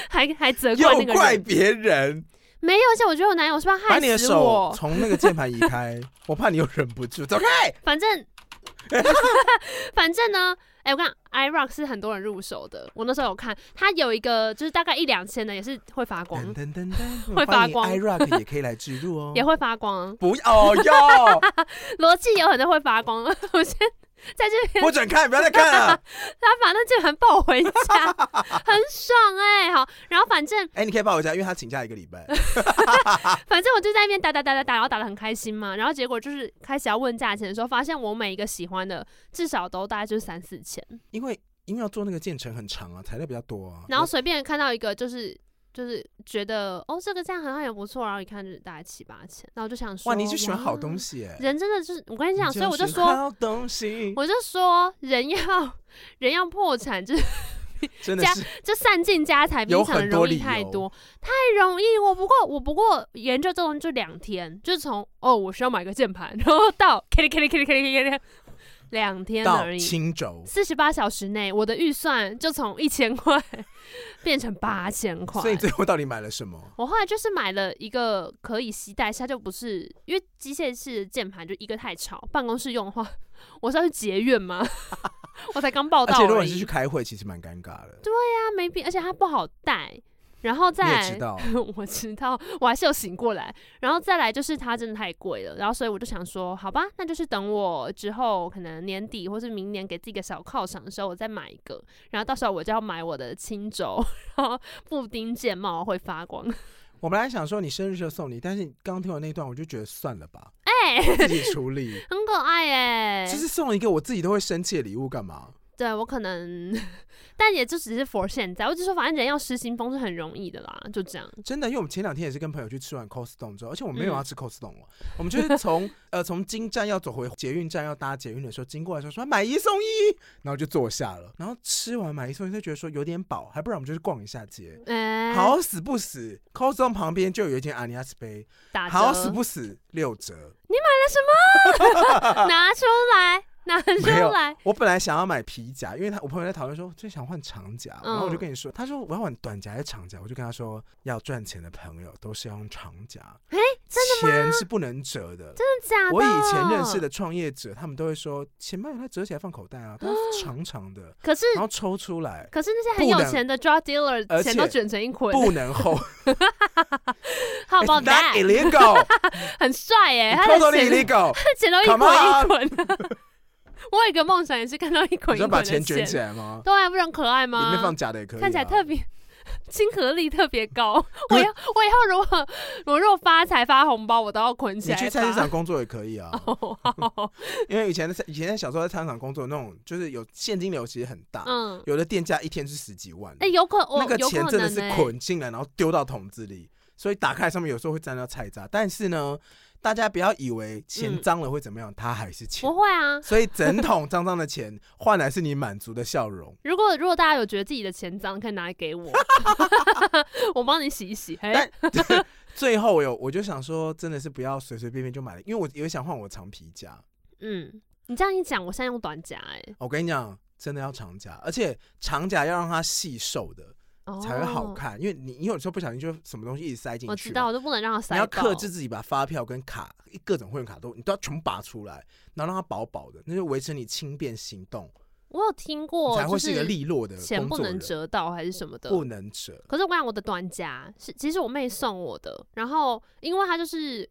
还还责怪那
又
个
怪
人，
别人，
没有。而且我觉得我男友是不是
把
害
你的
死我
手？从那个键盘移 开，我怕你又忍不住，走开。
反正， 反正呢，哎、我跟你讲，iRock 是很多人入手的。我那时候有看，它有一个就是大概一两千的，也是会发光
噔，噔噔噔，
会发光
iRock 也可以来植入哦
。也会发光。
不要哦 哟，
罗技有很多会发光，我先在这边，
不准看，不要再看了。
他把那键盘抱回家， 很爽哎、好，然后反正
哎、你可以抱我一下，因为他请假一个礼拜。
反正我就在那边打打打打打，然后打的很开心嘛。然后结果就是开始要问价钱的时候，发现我每一个喜欢的至少都大概就是三四千，
因为因为要做那个建成很长啊，材料比较多啊。
然后随便看到一个就是。就是觉得哦，这个这样好像也不错，然后一看就是大概七八千，然后我就想说，
哇，你就喜欢好东
西。
西哎、
人真的就是，我跟你讲，所以我就
你喜欢
说，
好东西，
我就说，人要 人要破产，就是
真的
家
是
这散尽家财比
有
一场的
很多
容易
理
太
由
多，太容易。我不过我不过研究这东西就两天，就是从哦我需要买个键盘，然后到 kitty kitty kitty kitty kitty kitty，两天
到
而已。
青州，
四十八小时内，我的预算就从一千块变成八千块
所。以你最后到底买了什么？
我后来就是买了一个可以携带，它就不是因为机械式的键盘就一个太吵，办公室用的话， 我是要去结怨吗？ 我才刚报
而
道
且如果
而
你是
已
去，开会，其实蛮尴尬的。
它没必，而且它不好带。然后
你
再
也知道，
我知道，我还是有醒过来。然后再来就是它真的太贵了，然后所以我就想说，好吧，那就是等我之后可能年底或是明年给自己个小犒赏的时候，我再买一个。然后到时候我就要买我的青轴，然后布丁键帽会发光。
我本来想说你生日时候送你，但是你刚刚听完那一段，我就觉得算了吧，
哎、
自己处理。
很可爱哎、
其实送一个我自己都会生气的礼物干嘛？
对我可能， 但也就只是 for 现在，我只说反正人要失心疯是很容易的啦，就这样。
真的，因为我们前两天也是跟朋友去吃完 Costco 之后，而且我们没有
嗯
要吃 Costco 了，我们就是从呃从金站要走回捷运站要搭捷运的时候，经过的时候说买一送一，然后就坐下了，然后吃完买一送一就觉得说有点饱，还不然我们就去逛一下街。
哎、
好死不死，Costco 旁边就有一间阿尼亚斯杯，
打折，
好死不死六折。
拿出来，拿出
没有
来。
我本来想要买皮夹，因为他我朋友在讨论说最想换长夹，
嗯
然后我就跟你说，他说我要换短夹还是长夹，我就跟他说要赚钱的朋友都是要用长夹，哎、真的钱是不能折的，
假的
我以前认识的创业者，他们都会说钱包它折起来放口袋啊，它是长长的，
可是
然后抽出 来
可是那些很
不
有
能
钱的 drug dealer
而
钱都
且
卷成一捆
不能 厚
，How
，It's
about
not
that？
illegal，
很帅耶、他哎的
totally
钱
illegal。
他钱都一
Come
捆一捆。 我有一个梦想也是看到一
你
捆一
说
捆
把
的
钱卷起来吗？
对啊，不是很可爱
里面
吗
放？假的也可以啊，
看起来特别亲和力特别高。我要我以后如果我如果发财发红包，我都要捆起
你
来。
去菜市场。工作也可以啊，
哦，好
因为以前在以前在小时候在菜市场工作，那种就是有现金流其实很大，
嗯，
有的店家一天是十几万，
哎、有可我
那个
有可
钱
能
真的是
欸
捆进来，然后丢到桶子里，所以打开上面有时候会沾到菜渣。但是呢，大家不要以为钱
嗯
脏了会怎么样，它还是钱
不。会啊。
所以整桶脏脏的钱换来是你满足的笑 容。
如果如果大家有觉得自己的钱脏，可以拿来给我， 我帮你洗一洗。哎、
但最后我有我就想说，真的是不要随随便便就买了，因为我也想换我长皮夹。
嗯，你这样一讲，我现在用短夹哎、
我跟你讲，真的要长夹，而且长夹要让它细瘦的
哦
才会好。看，因为你你有时候不小心就什么东西一直塞进去嘛，
我知道，我就不能让它塞
你要
爆
克制自己把发票跟卡各种会员卡都你都要全部拔出来，然后让它薄薄的，那就维持你轻便行动，
我有听
你
过，
才会
就是
一个利落的工作
钱
人。
不能折到还是什么的。
不能折。
可是我跟你讲，我的短夹是其实我妹送我的，然后因为她就是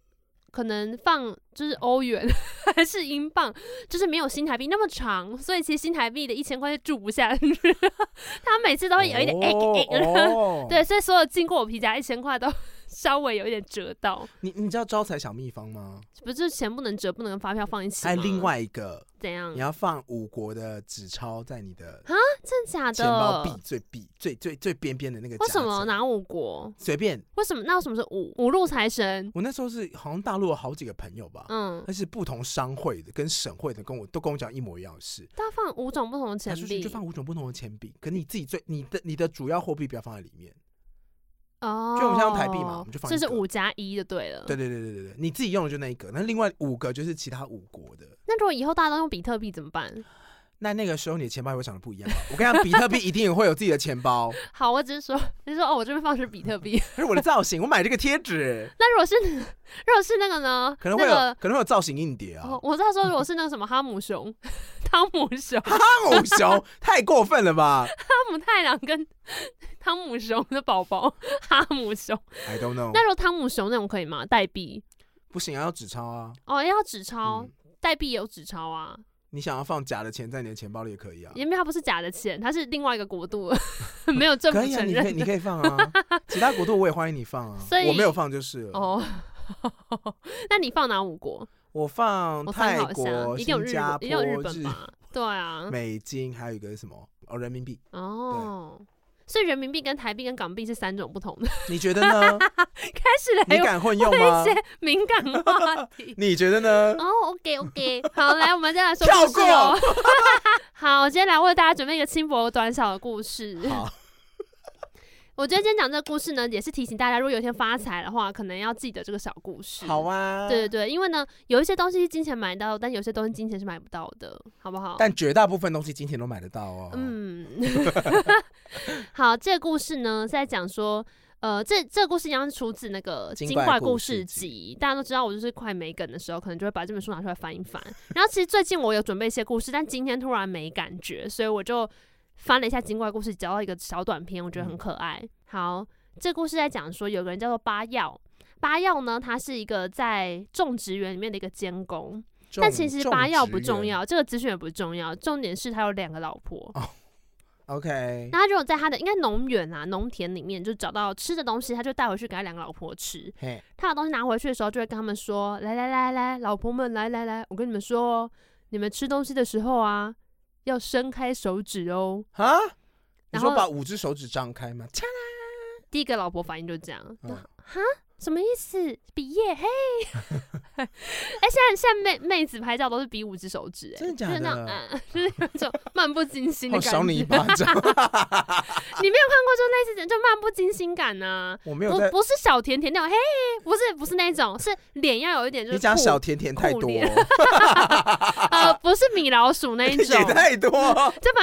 可能放就是欧元还是英镑，就是没有新台币那么长，所以其实新台币的一千块就住不下去。他每次都会有一点哎哎、
哦
对，所以所有经过我皮夹一千块都 稍微有一点折到，
你你知道招财小秘方吗？
不是钱不能折，不能跟发票放一起吗。
还有另外一个，
怎样
你？要放五国的纸钞在你的
真的假
钱包壁
的？
最壁最最最边边的那个夹
为
层。
什么拿五国？
随便，
为什么？那为什么是五五路财神？
我那时候是好像大陆有好几个朋友吧，
嗯，
而且不同商会的跟省会的跟我都跟我讲一模一样的事。
他放五种不同的
他
钱
说
币
就放五种不同的钱币，可你自己最你的你的主要货币不要放在里面。
哦，
就我们像台币嘛我们就放
这
一
是
个
五加一就对了。
对对对对对对，你自己用的就那一个，那另外五个就是其他五国的。
那如果以后大家都用比特币怎么办？
那那个时候你的钱包也会长得不一样吧。我跟你讲，比特币一定也会有自己的钱包，
好，我只是说，你说哦，我这边放的是比特币。
可是我的造型，我买这个贴纸，
那如果是 如果是那个呢？
可能会
那
有、
个，
可能会有造型硬碟啊
哦。我在说，如果是那个什么哈姆熊、 汤姆熊、哈
汤姆 熊太过分了吧
姆太郎跟 汤姆熊的宝宝哈姆熊，
？I don't know，
那如果汤姆熊那种可以吗？代币
不行啊，要纸钞啊。
哦，要纸钞
嗯，
代币有纸钞啊，
你想要放假的钱在你的钱包里也可以啊，
因为它不是假的钱，它是另外一个 国度的，没有政府
可以啊，
承
你可以
认
你
的。
可以放 啊，其他国度我也欢迎你放啊，
所以
我没有放就是了。
哦， 那你放哪五国？
我放
我参
嗯泰
考一下，
国、
一定有
新
日
加
本，
坡、
一定有日本吧？对啊，
美金，还有一个是什么？哦，人民币，
哦，所以人民币跟台币跟港币是三种不同 的。
你觉得 呢？
开始了，
你
还有
敢混用吗。
哎一？些敏感话题
你觉得呢？
哦，OK，OK、o k OK，好，来，我们再来说
跳
故事哦。 好，我今天来为大家准备一个轻薄短小的故事。
好，
我觉得今天讲这个故事呢，也是提醒大家，如果有一天发财的话，可能要记得这个小故事。
好啊。
对对对，因为呢，有一些东西是金钱买到的，但有些东西金钱是买不到的，好不好？
但绝大部分东西金钱都买得到哦。
嗯， 好，这个故事呢是在讲说，呃，这这个故事一样是出自那个《
精
精
怪
怪
故
故
事
事
集
集》，大家都知道，我就是快没梗的时候，可能就会把这本书拿出来翻一翻。然后其实最近我有准备一些故事，但今天突然没感觉，所以我就翻了一下《精怪故事集》，找到一个小短片，我
嗯
觉得很可爱。好，这故事在讲说，有个人叫做巴耀。巴耀呢，他是一个在种植园里面的一个监工，
种
但其实巴耀不
种
重
植园
要，这个资讯也不重要，重点是他有两个老婆。
OK，
那他就在他的应该农园啊、农田里面就找到吃的东西，他就带回去给他两个老婆吃。
嘿，
他把东西拿回去的时候，就会跟他们说：“来来来来，老婆们，来来来，我跟你们说哦，你们吃东西的时候啊，要伸开手指哦。
啊，你
然
说
后
把五只手指张开吗？”
第一个老婆反应就这样，啊
嗯
哈、什么意思？比耶嘿！ 哎、现在现在妹妹子拍照都是比五只手指、哎，
真的假
就是那种
的
啊， 就是有一种漫不经心的
好
感
赏
觉。
你一
你
巴掌，
没有看过就类似就漫不经心感啊呐、
我没有
不
在。
不是小甜甜那种，嘿，不是不是那种，是脸要有一点就是
你讲
酷
小甜甜太多
酷，脸呃，不是米老鼠那
也
一种，就
太 多。
反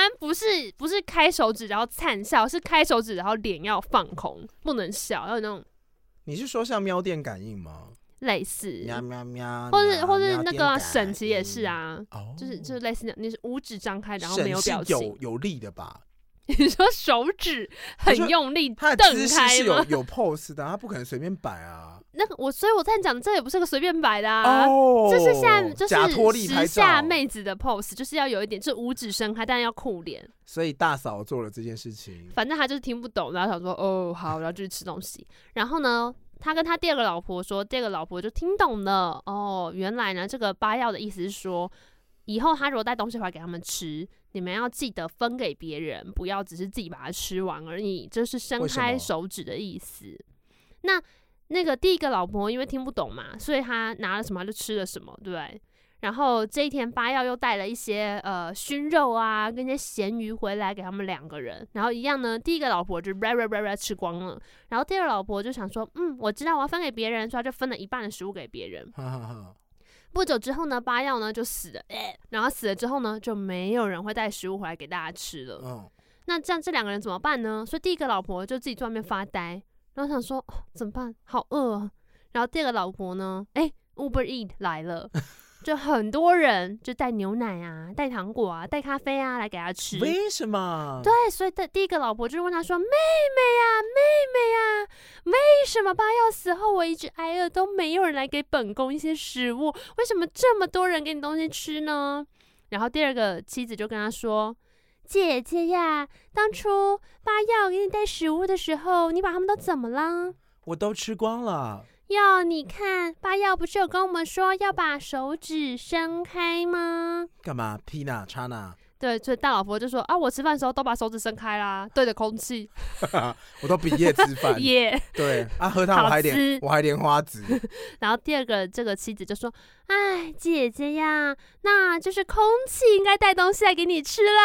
正不是不是开手指然后灿笑，是开手指然后脸要放空，不能笑，要有那种
你是说像喵电感应吗？
类似，
喵喵喵，
或
喵
是或是
喵
那
电
个啊
感
沈琦也是
应。
啊，
哦，
就是就是类似那种，你是五指张开然后
沈
没有
是
表
有
情，
有力的吧？
你说手指很
说
用力
他
瞪
的姿势
开
是有
吗？
有 pose 的，他不可能随便摆啊。
那个我所以我在讲这也不是个随便摆的啊，
哦，
这是下就是
假脱力拍
时
照
下，妹子的 pose，就是要有一点，就是五指伸开，但要酷脸。
所以大嫂做了这件事情。
反正他就是听不懂，然后想说哦好，然后就去吃东西。然后呢，他跟他第二个老婆说，第二个老婆就听懂了哦，原来呢这个八药的意思是说，以后他如果带东西回来给他们吃，你们要记得分给别人，不要只是自己把它吃完而已，这是伸
为什么
开手指的意思。那那个第一个老婆因为听不懂嘛，所以她拿了什么她就吃了什么，对不对？然后这一天，八耀又带了一些呃熏肉啊，跟一些咸鱼回来给他们两个人。然后一样呢，第一个老婆就呃 ra ra ra ra 吃光了，然后第二个老婆就想说，嗯，我知道我要分给别人，所以她就分了一半的食物给别人。
哈哈哈，
不久之后呢，八耀呢就死了、呃然后死了之后呢，就没有人会带食物回来给大家吃了。
嗯，
那这样这两个人怎么办呢？所以第一个老婆就自己坐在那边发呆，然后想说、哦、怎么办，好饿、啊。然后第二个老婆呢，哎、u b e r Eat 来了，就很多人就带牛奶啊、带糖果啊、带咖啡啊来给他吃。
为什么？
对，哎所以的第一个老婆就问他说：“妹妹呀、妹妹呀、为什么八要死后我一直挨饿，都没有人来给本宫一些食物？为什么这么多人给你东西吃呢？”然后第二个妻子就跟他说：“姐姐呀，当初八要给你带食物的时候，你把他们都怎么了？
我都吃光了。
哟，你看八要不是有跟我们说要把手指伸开吗？”
干嘛？劈哪插哪？
对，所以大老婆就说：“啊，我吃饭的时候都把手指伸开啦，对着空气
我都比夜吃饭。
耶。
对啊，喝汤我还
好吃
点，我还点花 子。
然后第二个这个妻子就说：“哎，姐姐呀，那就是空气应该带东西来给你吃啦，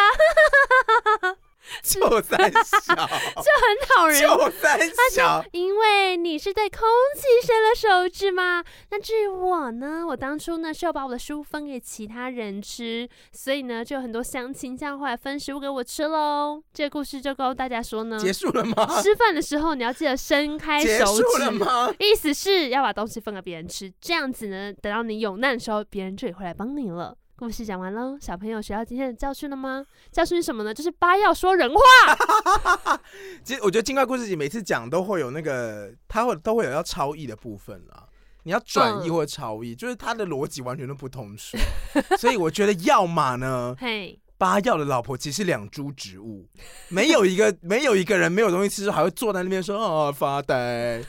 就三 小，
很讨人厌。
就三小，
因为你是对空气伸了手指嘛。那至于我呢，我当初呢是要把我的食物分给其他人吃，所以呢就有很多乡亲这样后来分食物给我吃喽。这个故事就告诉大家说呢，
结束了吗？
吃饭的时候你要记得伸开
结
手
束了
指。”
吗？
意思是要把东西分给别人吃，这样子呢，等到你有难的时候，别人就也会来帮你了。故事讲完喽，小朋友学到今天的教训了吗？教训是什么呢？就是八要说人话。
其实我觉得《精怪故事集》每次讲都会有那个，它会都会有要超译的部分啦。你要转译
嗯
或超译，就是它的逻辑完全都不通顺。 所以我觉得，要么呢，
嘿，
八药的老婆其实两株植物，没有一个没有一个人没有东西吃，还会坐在那边说哦发呆。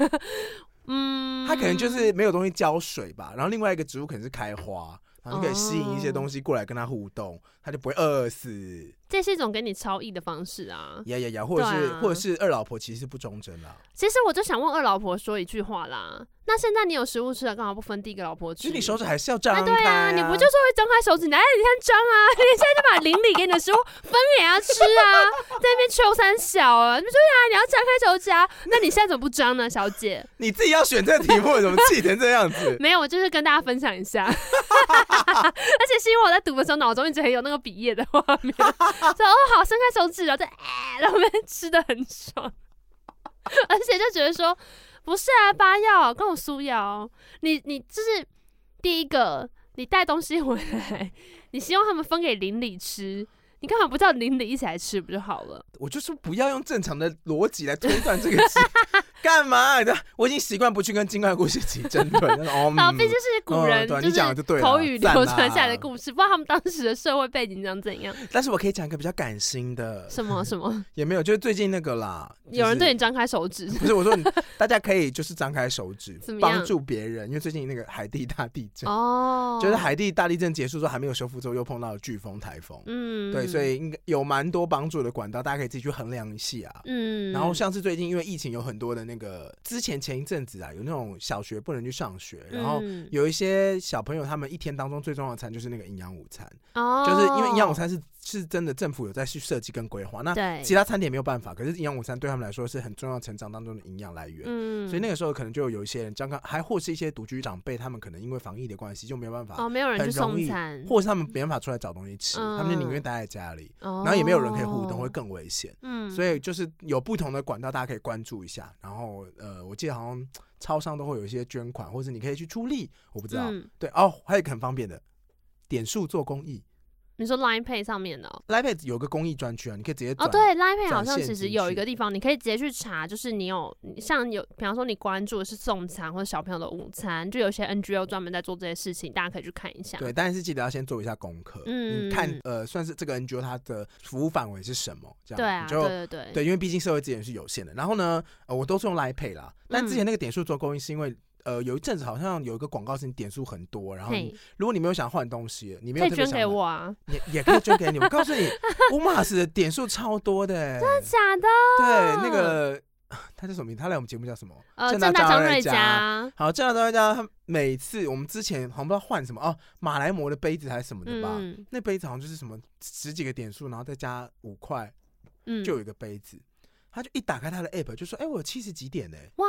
嗯，
他可能就是没有东西浇水吧，然后另外一个植物可能是开花，然后就可以吸引
哦
一些东西过来跟他互动，他就不会饿死。
这是一种给你超意的方式啊。
呀呀呀，或者是、
对啊
或者是二老婆其实是不忠贞啦。
其实我就想问二老婆说一句话啦，那现在你有食物吃了，干嘛不分第一个老婆
其
吃？
实你手指还是要张开、
哎，对啊，你不就是会张开手指？你哎，你先张啊！ 你现在就把邻里给你的食物分给他吃啊，在那边秋三小啊，你说啊，你要张开手指啊，那你现在怎么不张呢，小姐？
你自己要选这个题目，怎么气成这样子？
没有，我就是跟大家分享一下， 而且是因为我在读的时候，脑中一直很有那个笔叶的画 面，说哦好，伸开手指，然后就哎，然后我们吃的很爽， 而且就觉得说不是啊，八药跟我苏瑶，你你就是第一个，你带东西回来，你希望他们分给邻里吃。你干嘛不叫邻里一起来吃不就好了？
我就说不要用正常的逻辑来推断这个集 干嘛？我已经习惯不去跟精怪故事集争论。 哦，
好，
嗯
毕竟是古
嗯
人，
对啊
就
你讲的
是
就对了
口语
赞
流
啦
传下来的故事，不知道他们当时的社会背景长怎样。
但是我可以讲一个比较感性的，
什么什么？
也没有，就是最近那个啦，就是
有人对你张开手指，
不是我说你，大家可以就是张开手 指
怎么样
帮助别人，因为最近那个海地大地震，
哦，
就是海地大地震结束之后还没有修复之后，又碰到了飓风、台风，
嗯
对，所以应该有蛮多帮助的管道，大家可以自己去衡量一下、啊。
嗯，
然后像是最近因为疫情有很多的那个，之前前一阵子啊，有那种小学不能去上学，然后
嗯
有一些小朋友他们一天当中最重要的餐就是那个营养午餐，
哦，
就是因为营养午餐是是真的政府有在去设计跟规划，那
对，
其他餐点没有办法，可是营养午餐对他们来说是很重要成长当中的营养来源。
嗯，
所以那个时候可能就有一些人，刚刚还或是一些独居长辈，他们可能因为防疫的关系就没有办法，
哦没有人
很
去
容
送
易
餐，
或是他们没办法出来找东西吃，
嗯
他们就宁愿待在家里，
然
然后也没有人可以互动，会更危险。
哦嗯，
所以就是有不同的管道，大家可以关注一下。然后呃，我记得好像超商都会有一些捐款，或者你可以去出力，我不知道。
嗯
对哦，还有一个很方便的，点数做公益。
你说 Line Pay 上面的哦。
l i p a d 有个公益专区啊，你可以直接
哦，
转。
对，Line Pay
转
好像
现
其实
进
有一
去
个地方，你可以直接去查，就是你有像有，比方说你关注的是送餐或者小朋友的午餐，就有些 NGO 专门在做这些事情，大家可以去看一下。
对，但是记得要先做一下功课，
嗯
你看呃，算是这个 NGO 它的服务范围是什么，这样
对啊，
你就
对对对，
对，因为毕竟社会资源是有限的。然后呢，呃，我都是用来配啦，但
嗯
之前那个点数做供应是因为。呃，有一阵子好像有一个广告是你点数很多，然后你
嘿，
如果你没有想换东西，你没有
可以
特别
捐
想
给
买，
我啊？
也也可以捐给你。我告诉你，乌马斯的点数超多的欸、
假的？
对，那个他叫什么名字？他来我们节目叫什么？
呃，
正
正
大
大
张
张
瑞
瑞
佳
佳，
好，正大大家他每次我们之前好像不知道换什么哦，马来貘的杯子还是什么的吧，
嗯
那杯子好像就是什么十几个点数，然后再加五块，
嗯，
就有一个杯子。他就一打开他的 app 就说：“哎、我有七十几点呢、
哇，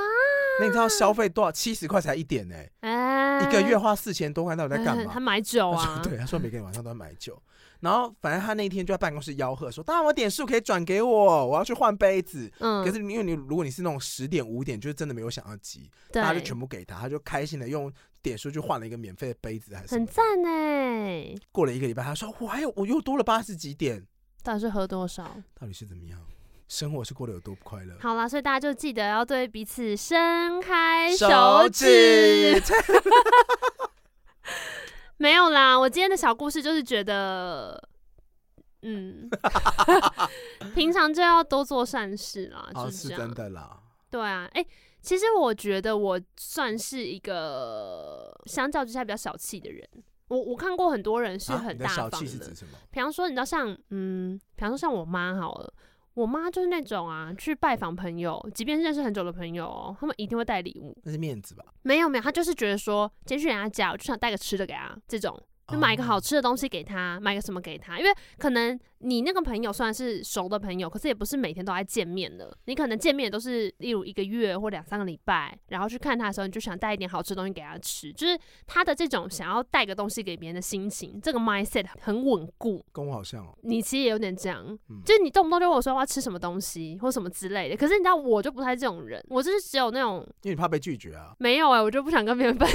那你知道消费多少？七十块才一点呢、
哎，
一个月花四千多块，到底在干
嗯
嘛
他？买酒
他
啊
说，对，他说每个人晚上都要买酒，然后反正他那一天就在办公室吆喝说：“当然我点数可以转给我，我要去换杯子。”
嗯，
可是因为你如果你是那种十点五点，就是真的没有想要急，
对，
他就全部给他，他就开心的用点数去换了一个免费的杯子，还是什
很
么的。
赞哎，
过了一个礼拜，他说：“我还有我又多了八十几点，
到底是喝多少？
到底是怎么样？生活是过得有多不快乐？”
好啦，所以大家就记得要对彼此伸开指。
指，
没有啦，我今天的小故事就是觉得， 嗯，平常就要多做善事啦，
啊，
就是是这样。
真的啦。
对啊，哎、其实我觉得我算是一个相较之下比较小气的人。我我看过很多人是
啊
很
你的
大
小
方
气是
的，
指什么？
比方说你知道像嗯，比方说像我妈好了。我妈就是那种啊，去拜访朋友，即便是认识很久的朋友哦，他们一定会带礼物。
那是面子吧？
没有没有，她就是觉得说，今天去人家家，我就想带个吃的给她，这种就买一个好
哦
吃的东西给他，买个什么给他，因为可能你那个朋友虽然是熟的朋友，可是也不是每天都在见面的，你可能见面都是例如一个月或两三个礼拜，然后去看他的时候，你就想带一点好吃的东西给他吃，就是他的这种想要带个东西给别人的心情，这个 mindset 很稳固。
跟我好像哦。
你其实也有点这样，
嗯
就是你动不动就问我说我要吃什么东西或什么之类的，可是你知道我就不太这种人，我就是只有那种
因为你怕被拒绝啊。
没有哎、我就不想跟别人分。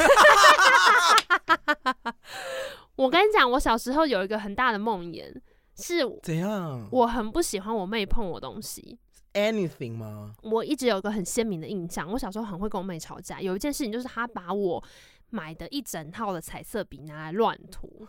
我跟你讲，我小时候有一个很大的梦魇，是
怎样？
我很不喜欢我妹碰我东西。
anything 吗？
我一直有一个很鲜明的印象，我小时候很会跟我妹吵架。有一件事情就是她把我买的一整套的彩色笔拿来乱涂，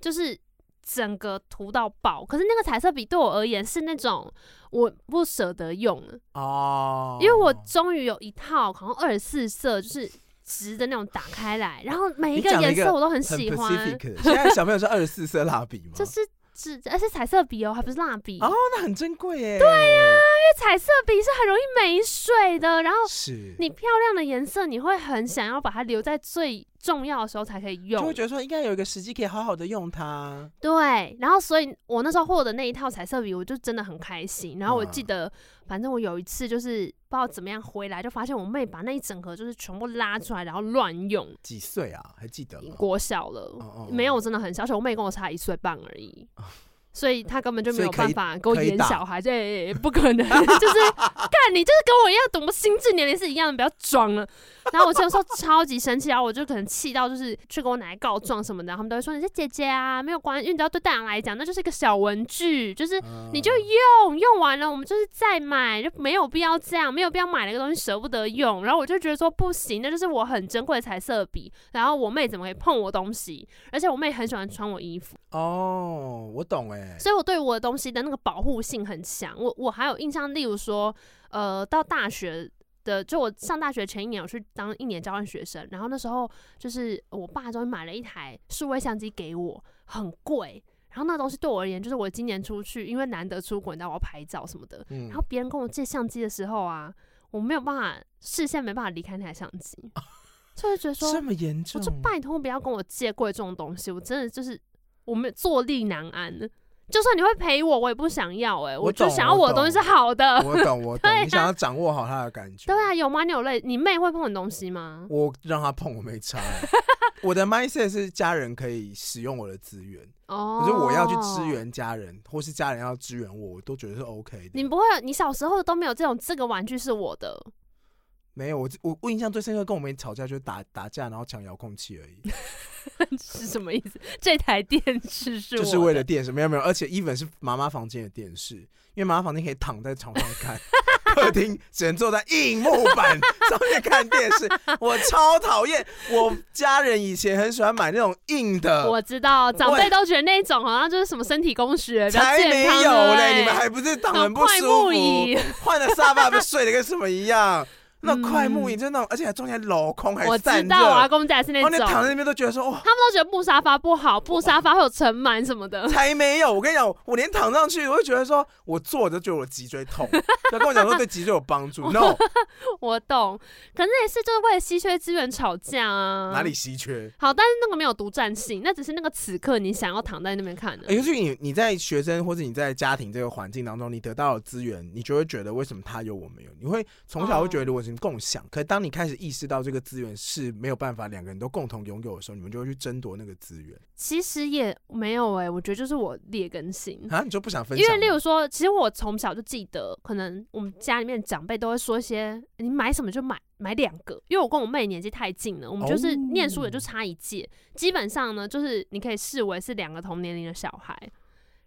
就是整个涂到爆。可是那个彩色笔对我而言是那种我不舍得用，
哦，
因为我终于有一套好像二十四色，就是直的那种打开来，然后每一个
你讲了
颜
一个
色我都很嗯
很
喜欢，
pacific 的。现在小朋友是二十四色蜡笔吗？
就是纸，而且彩色笔哦，还不是蜡笔，
哦，那很珍贵耶。对呀，
因为彩色笔是很容易没水的，然后
是
你漂亮的颜色，你会很想要把它留在最重要的时候才可以
就
用
会，觉得说应该有一个时机可以好好的用它。
对，然后所以我那时候获得那一套彩色笔，我就真的很开心。然后我记
哇
得，反正我有一次就是不知道怎么样回来，就发现我妹把那一整盒就是全部拉出来，然后乱用。
几岁啊？还记得吗？
国小了，
哦哦
没有
哦
真的很小，而且我妹跟我差一岁半而已，所以她根本就没有
所以可
办
以
法跟我
可以
演
打
小孩，这、哎不可能， 就是看你就是跟我一样，懂不？心智年龄是一样的，不要装了。然后我那时候超级生气，然后我就可能气到就是去跟我奶奶告状什么的，他们都会说你是姐姐啊，没有关系，因为你知道对大人来讲那就是一个小文具，就是
嗯
你就用用完了，我们就是再买，就没有必要这样，没有必要买了一个东西舍不得用。然后我就觉得说不行，那就是我很珍贵的彩色笔。然后我妹怎么可以碰我东西？而且我妹很喜欢穿我衣服，
哦，我懂哎。
所以我对我的东西的那个保护性很强。我我还有印象，例如说，呃，到大学。的，就我上大学前一年，我去当一年交换学生，然后那时候就是我爸终于买了一台数位相机给我，很贵。然后那东西对我而言，就是我今年出去，因为难得出国，你知道我要拍照什么的，
嗯
然后别人跟我借相机的时候啊，我没有办法视线没办法离开那台相 机，所以我就觉得
这
说，
么严重
我就，拜托不要跟我借贵重的东西，我真的就是我没有坐立难安。就算你会赔我，我也不想要哎、
我
就
懂
想要
我
我的东西是
懂
好的。
我懂，我懂
对。
你
啊
想要掌握好他的感觉。
对啊，有吗？你有类你妹会碰你东西吗？
我让他碰我没 差欸。我的 mindset 是家人可以使用我的资源，
哦，
可是我要去支。援家人，或是家人要支援我，我都觉得是 OK
你
的。
不会，你小时候都没有这种这个玩具是 我的，
没有，我我我印象最深刻，跟我们吵架就是打打架，然后抢遥控器而已，
是什么意思？这台电视是我
就是为
的
了电视，没有没有，而且 even 是妈妈房间的电视，因为妈妈房间可以躺在床上看，客厅只能坐在硬木板上面看电视，我超讨厌。我家人以前很喜欢买那种硬的，
我知道，长
喂
辈都觉得那种好像就是什么身体工学，比较
才
健
没
康
有
的
嘞！
欸
你们还不是躺得
那种
很不
哦快
舒
木
服，
椅，
换了沙发不是睡得跟什么一样？那快木椅
嗯
就那种，而且还中间镂空，还
我
散
知
热，
道，我阿
然
公家也是那
后
种，
你躺在那边都觉得说，哇，哦
他们都觉得布沙发不好，布沙发会有尘螨什么 的。
才没有！我跟你讲，我连躺上去，我就觉得说我坐着就觉得我脊椎 痛，他跟我讲说对脊椎有帮助，no，
我懂，可是也是就是为了稀缺资源吵架啊。
哪里？稀缺？
好，但是那个没有独占性，那只是那个此刻你想要躺在那边看的。
也哎就是你你在学生或者你在家庭这个环境当中，你得到的资源，你就会觉得为什么他有我没有？你会从小会觉得，如果是情共享。可是当你开始意识到这个资源是没有办法两个人都共同拥有的时候，你们就会去争夺那个资源
其实也没有哎、我觉得就是我劣根性。
啊，你就不想分
嗯因
享吗。
为，例如说，其实我从小就记得，可能我们家里面长辈都会说一些，你买什么就买买两个。因为我跟我妹年纪太近了，我们就是
哦
念书也就差一届，基本上呢，就是你可以视为是两个同年龄的小孩，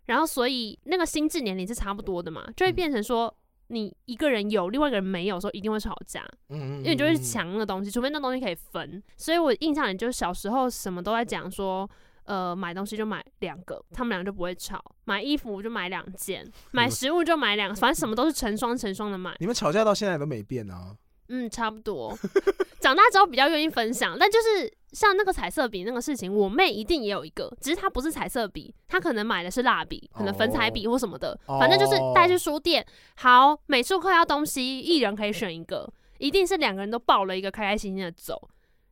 然后所以那个心智年龄是差不多的嘛，就会
嗯
变成说。你一个人有，另外一个人没有的时候，一定会吵架，
嗯
因为你就会去，抢那个东西，除非那东西可以分。所以我印象里就是小时候什么都在讲说，呃，买东西就买两个，他们俩就不会吵；买衣服就买两件，
嗯
买食物就买两，反正什么都是成双成双的买。
你们吵架到现在都没变啊。
嗯，差不多。 长大之后比较愿意分享，但就是像那个彩色笔那个事情，我妹一定也有一个，只是她不是彩色笔，她可能买的是蜡笔，可能粉彩笔或什么的，
哦
反正就是带去书店。好，美术课要东西，一人可以选一个，一定是两个人都抱了一个，开开心心的走。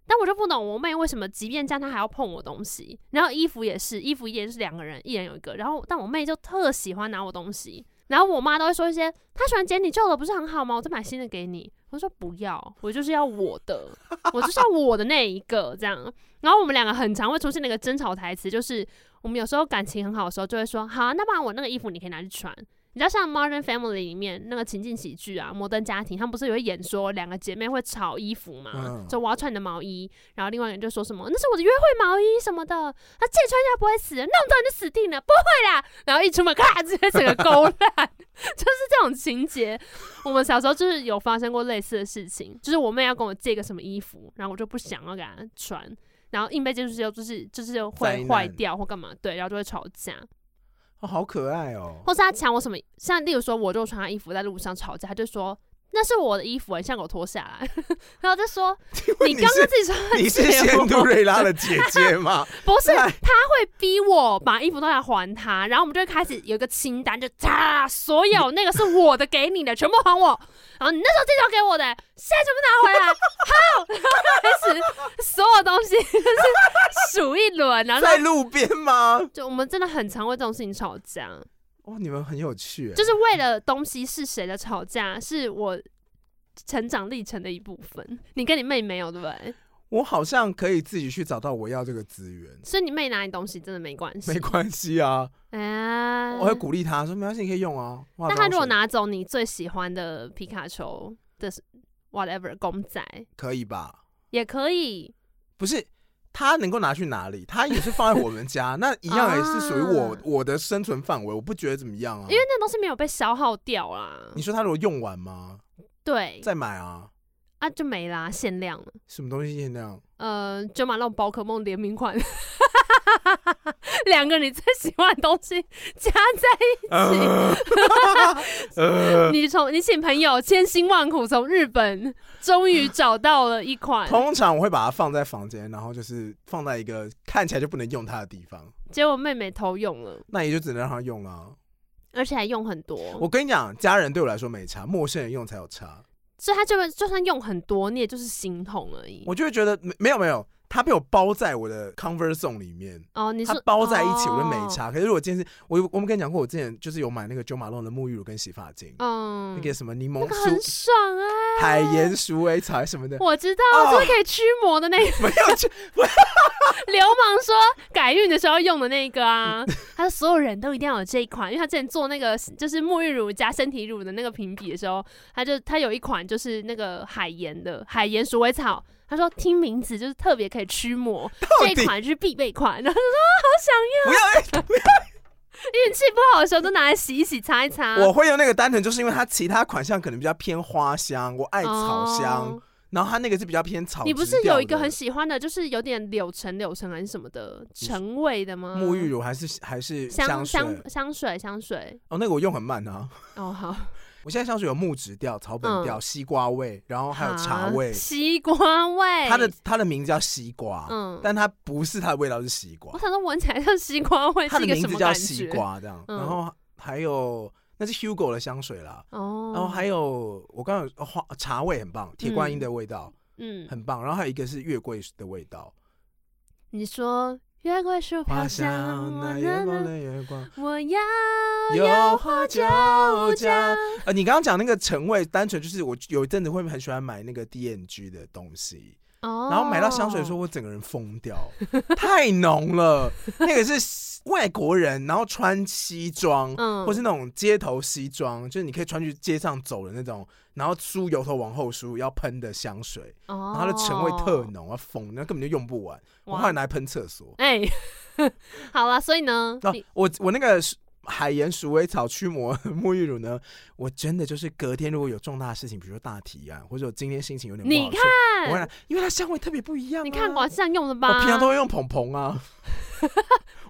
但我就不懂我妹为什么，即便这样她还要碰我东西，然后衣服也是，衣服也是两个人，一人有一个。然后但我妹就特喜欢拿我东西，然后我妈都会说一些，她喜欢捡你旧的，不是很好吗？我再买新的给你。我说不要，我就是要我的，我就是要我的那一个这样。然后我们两个很常会出现那个争吵台词，就是我们有时候感情很好的时候，就会说好啊、那不然我那个衣服你可以拿去穿。你知道像《Modern Family》里面那个情境喜剧啊，《摩登家庭》，他们不是有会演说两个姐妹会吵衣服嘛？
嗯
说我要穿你的毛衣，然后另外一个人就说什么那是我的约会毛衣什么的，他自己穿一下不会死，弄到你就死定了，不会啦。然后一出门咔，直接整个勾烂， 就是这种情节。我们小时候就是有发生过类似的事情，就是我妹要跟我借个什么衣服，然后我就不想要给她穿，然后硬被接触之后，就是就是
灾
会
难
坏掉或干嘛，对，然后就会吵架，
哦，好可爱哦！
或是她抢我什么，像例如说，我就穿她衣服在路上吵架，她就说。那是我的衣服，你像给我脱下来， 然后我就说你
你
刚刚
是
自己穿的
你是
借我
仙杜瑞拉的姐姐吗？
不 是，
对
他会逼我把衣服都来还他，然后我们就会开始有一个清单，就嚓，所有那个是我的给你的，全部还我。然后你那时候这条给我的，现在全部拿回来，好，然后开始所有东西就是数一轮，然后
在路边吗？
就我们真的很常为这种事情吵架，
哇，哦你们很有趣欸。
就是为了东西是谁的吵架，是我成长历程的一部分。你跟你妹没有对不对？
我好像可以自己去找到我要这个资 源，
所以你妹拿你东西真的没关系，
没关系啊。
哎，
我会鼓励他说没关系，你可以用啊。化
那
妆
他如
水
果拿走你最喜欢的皮卡丘的 whatever 公仔，
可以吧？
也可以，
不是。他能够拿去哪里？他也是放在我们 家，那一样也是属于我
啊
我的生存范围，我不觉得怎么样啊。
因为那东西没有被消耗掉啦
你。说他如果用完吗？
对，
再买啊，
啊就没啦，限量了。
什么东西限量？
呃，就买那种宝可梦联名款，两个你最喜欢的东西加在，
呃 呃
你从你请朋友千辛万苦从日本终于找到了一款，
通常我会把它放在房间，然后就是放在一个看起来就不能用它的地方，
结果妹妹偷用了，
那也就只能让它用了啊。
而且还用很多。
我跟你讲，家人对我来说没差，陌生人用才有差。
所以她就就算用很多，你也就是心痛而已。
我就会觉得没没有没有，它被我包在我的 comfort zone 里面，
哦，你
它
说
包在一起，我就没
哦
差。可是我今天是我我们跟你讲过，我之前就是有买那个九马龙的沐浴乳跟洗发精，
嗯，
那个什么柠
那
檬
个很
鼠、
爽啊！
海盐鼠尾草还是什么的，
我知道，
哦
就是可以驱 魔的那个
没有去
流氓说改运的时候用的那个啊。
嗯
他说所有人都一定要有这一款，因为他之前做那个就是沐浴乳加身体乳的那个评比的时候，他就他有一款就是那个海盐的海盐鼠尾草。他说：“听名字就是特别可以驱魔，
到
这一
底
款是必备款。” 然后
不要
啊 运气不好的时候都拿来洗一洗、擦一擦。
我会用那个单纯，就是因为它其他款项可能比较偏花香，我爱草香，
哦
然后它那个是比较偏草。
你不是有一个很喜欢的，就是有点柳橙、柳橙还是什么的
你是
橙味的吗？
沐浴乳还是还是
香
水？
香香水香水
哦，那个我用很慢啊。
哦，好，
我现在香水有木质调、草本
嗯
调、西瓜味，然后还有茶
啊
味。
西瓜味。
它的它的名字叫西瓜，
哎嗯，
但它不是它的味道是西瓜
我，想说闻起来像西瓜味
它
是
的
一个
名
什
字
么
叫
感
西
觉？
瓜这样。
嗯
然后还有那是 Hugo 的香水啦，
哦，
然后还有我刚刚有哦花茶味很棒，铁观音的味道、
嗯，
很棒，然后还有一个是月桂的味道。
你说月桂树飘香，我
那
呢
夜光
呢
的啊月光。
我要哦
有话就讲
讲。
呃，你刚刚讲那个陈味，单纯就是我有一阵子会很喜欢买那个 DNG 的东西，
哦，
然后买到香水的时候，我整个人疯掉，太浓了。那个是外国人，然后穿西装，
嗯
或是那种街头西装，就是你可以穿去街上走的那种，然后梳油头往后梳要喷的香水，然
哦，
后它的陈味特浓，要疯，那根本就用不完。我
哇
后来拿来喷厕所。
哎， 好了，所以呢，
那、
你
我我那个鼠海盐鼠尾草驱魔 沐浴乳呢，我真的就是隔天如果有重大的事情，比如说大提案，或者我今天心情有点不
你
好的时候，我会
看，
拿，因为它香味特别不一样、啊
你看，我
我
是这样用的吧？
我平常都会用蓬蓬啊，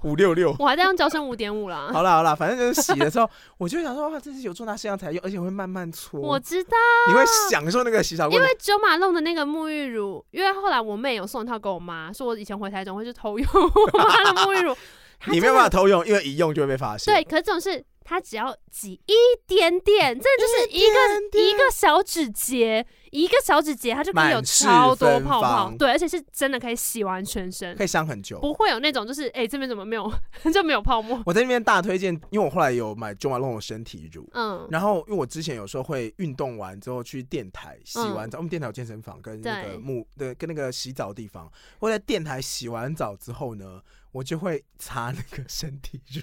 五六六。
我还在用娇生五点五啦。
好啦好啦，反正就是洗的时候，我就想说，哇，这是有重大事情才用，而且会慢慢搓，
我知道，
你会享受那个洗澡过
因
程
为。九马弄的那个沐浴乳，因为后来我妹有送一套给我妈，说我以前回台中会去偷用我妈的沐浴 乳，它
你没
真
有
的
办法偷用，因为一用就会被发现。
对，可是这种是它只要挤一点点，真的就是一
点
个
点
一个小指节，一个小指节它就可以有
满室
超多
芬
泡泡，
芳
对，而且是真的可以洗完全身
可，以香很久。
不会有那种就是哎、这边怎么没有 就没有泡沫，
我在那边大推荐，因为我后来有买中华龙的身体乳，
嗯，
然后，因为我之前有时候会运动完之后去电台洗完澡，我们电台有健身房跟那
嗯对
个沐对跟那个洗澡的地方，我在电台洗完澡之后呢，我就会擦那个身体乳。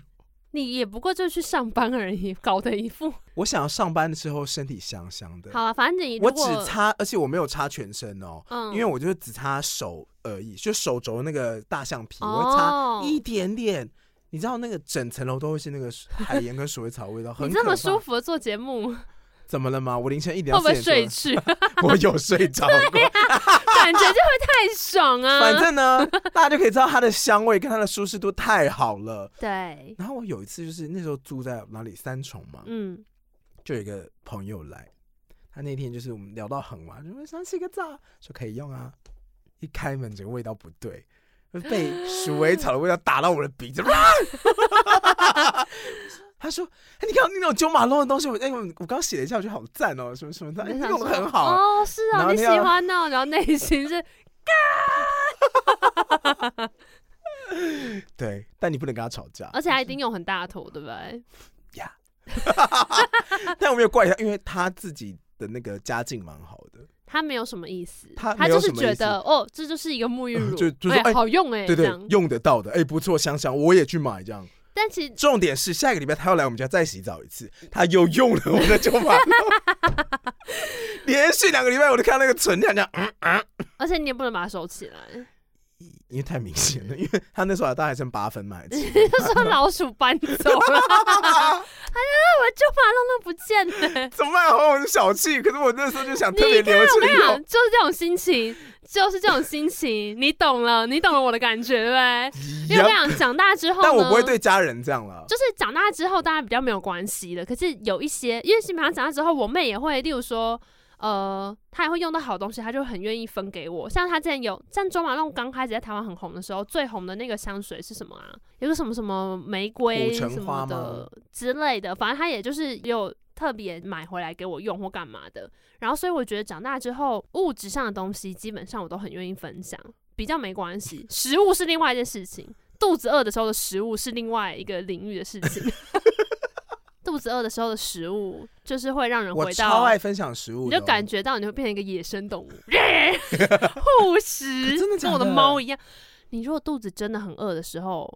你也不过就去上班而已，搞得一副
我想要上班的时候身体香香的，
好了，啊反正你如
我
果
只擦，而且我没有擦全身哦，
嗯
因为我就是只擦手而已，就手肘那个大象皮，我会擦
哦，
一点点。你知道那个整层楼都会是那个海盐跟鼠尾草味道，很
你这
可怕
么舒服的做节目，会
怎么了吗？我凌晨一点
不
到
会
四点
睡去？
做， 我有睡着过。
感觉就会太爽啊！
反正呢，大家就可以知道它的香味跟它的舒适度太好了。
对，
然后我有一次就是那时候住在哪里三重嘛，
嗯，
就有一个朋友来，他那天就是我们聊到很晚，就说想洗个澡，说可以用啊。一开门，整个味道不对，就被鼠尾草的味道打到我的鼻子。 啊 他说：“哎、你刚刚那种九马龙的东西，我哎、我我刚洗了一下，我觉得好赞哦，什么什么的，哎、
你就想
用的
说
很好。
哦，是
然
哦，
后
你
那
喜
样
欢哦，然后内 心是
对，但你不能跟他吵架。
而且还一定用很大头，对不对？
但我没有怪他，因为他自己的那个家境蛮好的。
他没有什么意思，
他
他
没有
就是
什么意
觉
思
得哦，这就是一个沐浴
嗯
乳，
就就说
哎
哎
好用哎，
对
这
对
样，。
用得到的，哎、不错，香香，我也去买这样。
但其实
重点是下个礼拜他要来我们家再洗澡一次，他又用了我的九马龙连续两个礼拜我都看那个存量，这样、嗯
而且你也不能把它收起来，
因为太明显了，因为他那时候好像还剩八分嘛，还 记得
就说老鼠搬走了， 哎呀，我就把它弄到不见了。
怎么办？好，我是小气，可是我那时候就想特别
你看，
留
我跟
着
你讲
用，，
就是这种心情，就是这种心情，你懂了，你懂了我的感觉，对不对？因为我跟
Yup，
你讲，长大之后呢，
但我不会对家人这样了。
就是长大之后，大家比较没有关系了。可是有一些，因为基本上长大之后，我妹也会，例如说，呃，她也会用到好东西，她就很愿意分给我。像她之前有，像周马弄刚开始在台湾很红的时候，最红的那个香水是什么啊？有个什么什么玫瑰
苦橙
什么
花
的
吗
之类的，反正她也就是有。特别买回来给我用或干嘛的，然后所以我觉得长大之后，物质上的东西基本上我都很愿意分享，比较没关系。食物是另外一件事情，肚子饿的时候的食物是另外一个领域的事情。 肚子饿的时候的食物，就是会让人
我
回
超
到，
爱分享食物
你
的哦，
就感觉到你会变成一个野生动物，护食，
可真的假
跟我的
的
猫一样。你如果肚子真的很饿的时候，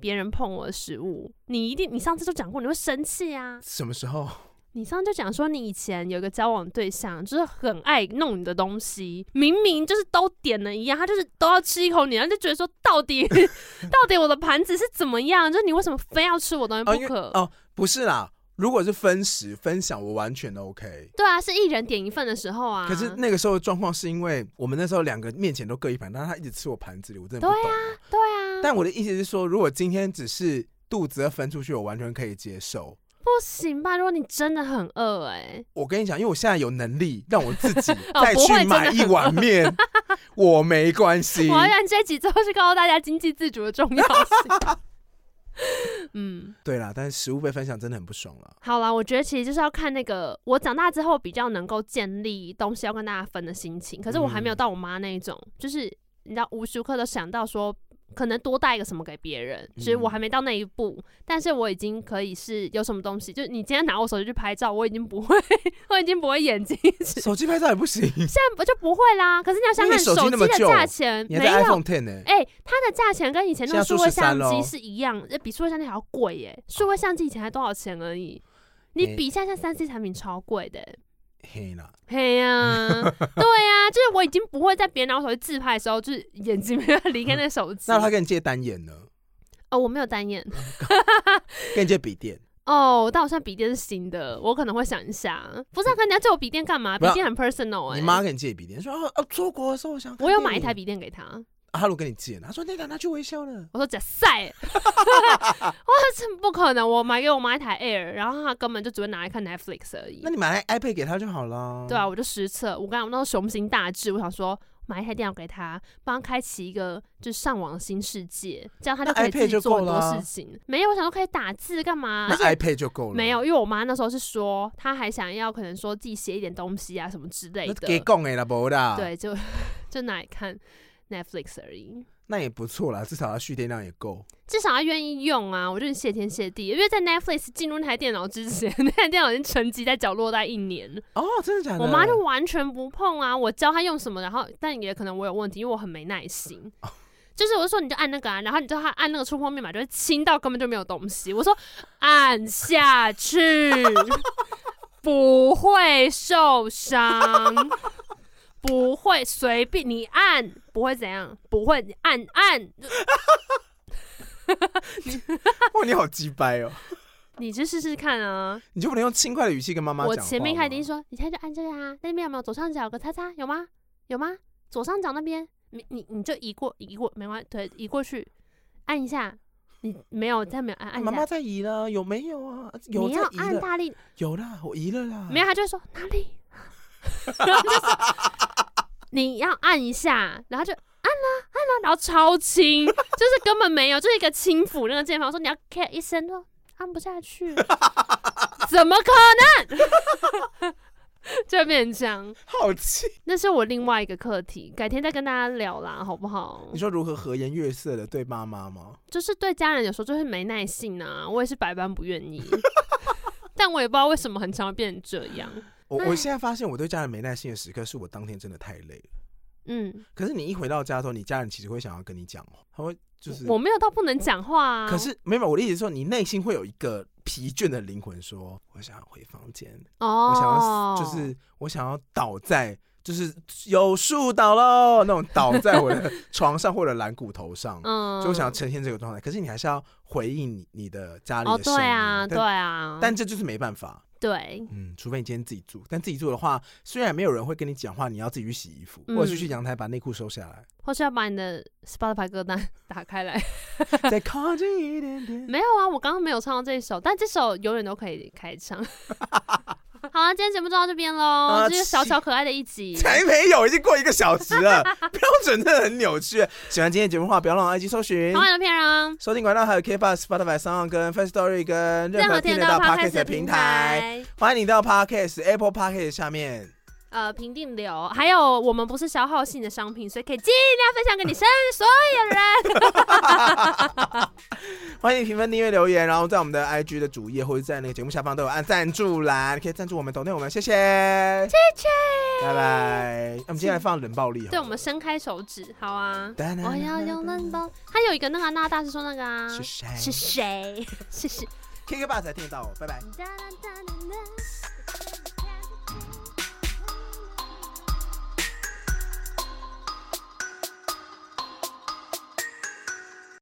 别人碰我的食物，你一定，你上次就讲过，你会生气啊。
什么时候？
你上次就讲说，你以前有一个交往对象，就是很爱弄你的东西，明明就是都点了一样，他就是都要吃一口你，然后就觉得说，到底 到底我的盘子是怎么样？就是你为什么非要吃我东西
哦因
不
为
可？
哦不是啦，如果是分食分享，我完全 OK。
对啊，是一人点一份的时候啊。
可是那个时候的状况是因为我们那时候两个面前都各一盘，但是他一直吃我盘子里，我真的不懂、啊。
对 啊，
但我的意思是说，如果今天只是肚子要分出去，我完全可以接受。
不行吧？如果你真的很饿、欸，
我跟你讲，因为我现在有能力让我自己
哦
再
不会
去
真的
买一碗面， 我没关系
哎，。我要让这一集最后是告诉大家经济自主的重要性。 嗯，
对啦，但是食物被分享真的很不爽了。
好啦，我觉得其实就是要看那个我长大之后比较能够建立东西要跟大家分的心情。可是我还没有
嗯
到我妈那一种，就是你知道无时无刻都想到说可能多带一个什么给别人，
嗯
所以我还没到那一步，但是我已经可以是有什么东西，就是你今天拿我手机去拍照，我已经不会， 我已经不会眼睛， 现
手机拍照也不行，
在不就不会啦。可是你要想
因为
想，
你手机那么
的
旧
价钱
你
没
还在
有
iPhone Ten 呢。
哎、它的价钱跟以前那
现在
个数位
13
相
咯
机是一样，呃比数位相机还要贵耶、数位相机以前才多少钱而已，
哎
你比一下，现在三 C 产品超贵的、
嘿啦，
嘿呀、 对呀、就是我已经不会在别人拿我手机自拍的时候，就是眼睛 没有离开那手机。
那他跟你借单眼呢？
哦，我没有单眼
跟你借笔电？
哦，但我现在笔电是新的，我可能会想一下。不是、啊，可能你要借我笔电干嘛？
不
笔
要
电很 personal 哎、
你妈跟你借笔电，说啊啊，出国的时候我想看
我有买
电
一
影
台，笔电给他，
啊他如果跟你借呢，他说那台拿去维修了，
我说假赛， 我说这不可能，我买给我妈一台 Air，然后他根本就只会拿来看 Netflix 而已
那。你买台 iPad 给他就好了。
对啊，，我就实测，我刚才我那时候雄心大志，我想说买一台电脑给他，帮他开启一个就是上网新世界，这样他
那
就可以自
iPad 就
己做
够
很
了
多
啊
事情。没有，我想说可以打字干嘛？
那
而且
iPad 就够了。
没有，因为我妈那时候是说，她还想要可能说自己写一点东西啊什么之类
那
的。
给供哎啦，不啦，，
对，就 就拿来看 Netflix 而已。
那也不错啦，至少他蓄电量也够。
至少她愿意用啊，我就是谢天谢地，因为在 Netflix 进入那台电脑之前， 那台电脑已经沉积在角落待一年了，
哦，真的假的？
我妈就完全不碰啊。我教她用什么，然后但也可能我有问题，因为我很没耐心。就是我就说你就按那个啊，然后你知道她按那个触碰密码就会亲到根本就没有东西。我说按下去不会受伤，不会随便你按不会怎样，不会你按按。
哇，你好鸡掰哦，
你去试试看啊！
你就不能用轻快的语气跟妈妈讲
我
话吗？
前面还已经说，你现在就按这个啊，那边有没有左上角有个叉叉？有吗？有吗？左上角那边，你你你就移过移过，没关系，对，移过去按一下。你没有，再没有按按一
妈
下。
妈在移了，有没有啊？有
你
在
要
移
按
了，
大力，
有啦，我移了啦。
没有，他就会说哪里， 然后就说你要按一下，然后就按啦按啦，然后超轻，就是根本没有，就是一个轻抚那个键盘，我说你要 care 一声，说按不 下去，怎么可能？ 就变成这样，
好气！
那是我另外一个课题，改天再跟大家聊啦，好不好
你？说如何和颜悦色的对妈妈吗？
就是对家人有时候就是没耐性啊，我也是百般不愿意， 但我也不知道为什么很常会变成这样。
我
哎
我现在发现我对家人没耐心的时刻，是我当天真的太累了。
嗯，
可是你一回到家之后，你家人其实会想要跟你讲话，他会就是，
我没有到不能讲话啊，
可是没有，我的意思是说，你内心会有一个疲倦的灵魂说，我想要回房间，
哦，
我想要就是我想要倒在就是有树倒喽那种倒在我 的床上或者蓝骨头上，
嗯，
就我想要呈现这个状态。可是你还是要回应你你的家里
哦，
的声
对
音，
啊，对
但
啊，
但这就是没办法，
对，
嗯，除非你今天自己住，但自己住的话，虽然没有人会跟你讲话，你要自己去洗衣服，
嗯
或者是去阳台把内裤收下 来，
或是要把你的 Spotify 歌单 打开来。
再靠近一点点。
没有啊，我刚刚没有唱到这一首，但这首永远都可以开唱。 好啊了、今天节目就到这边喽，
啊
这是小小可爱的一 集。
才没有，已经过一个小时了， 标准真的很扭曲。喜欢今天的节目的话，不要忘了 IG 搜寻
好。玩的片啊，
收听管道还有 K b o s Spotify、s o n 跟 First Story 跟任何听得到 Podcast 的平台，，欢迎你到 Podcast Apple Podcast 下 面。
呃，评定流，还有我们不是消耗性的商品，所以可以尽量分享给你身边所有人。
欢迎评分、订阅、留言，然后在我们的 IG 的主页或者在那个节目下方都有按赞助栏，可以赞助我们，抖内我们，谢谢，谢
切
拜拜。那我们接下来放冷暴力好了，
对，我们伸开手指，好啊。
哒哒哒
我要用冷暴，他有一个那个啊那个大师说那个啊，
是谁？
是谁？是谁？
K K b o s 哦才听得到我，拜拜。
哒哒哒哒哒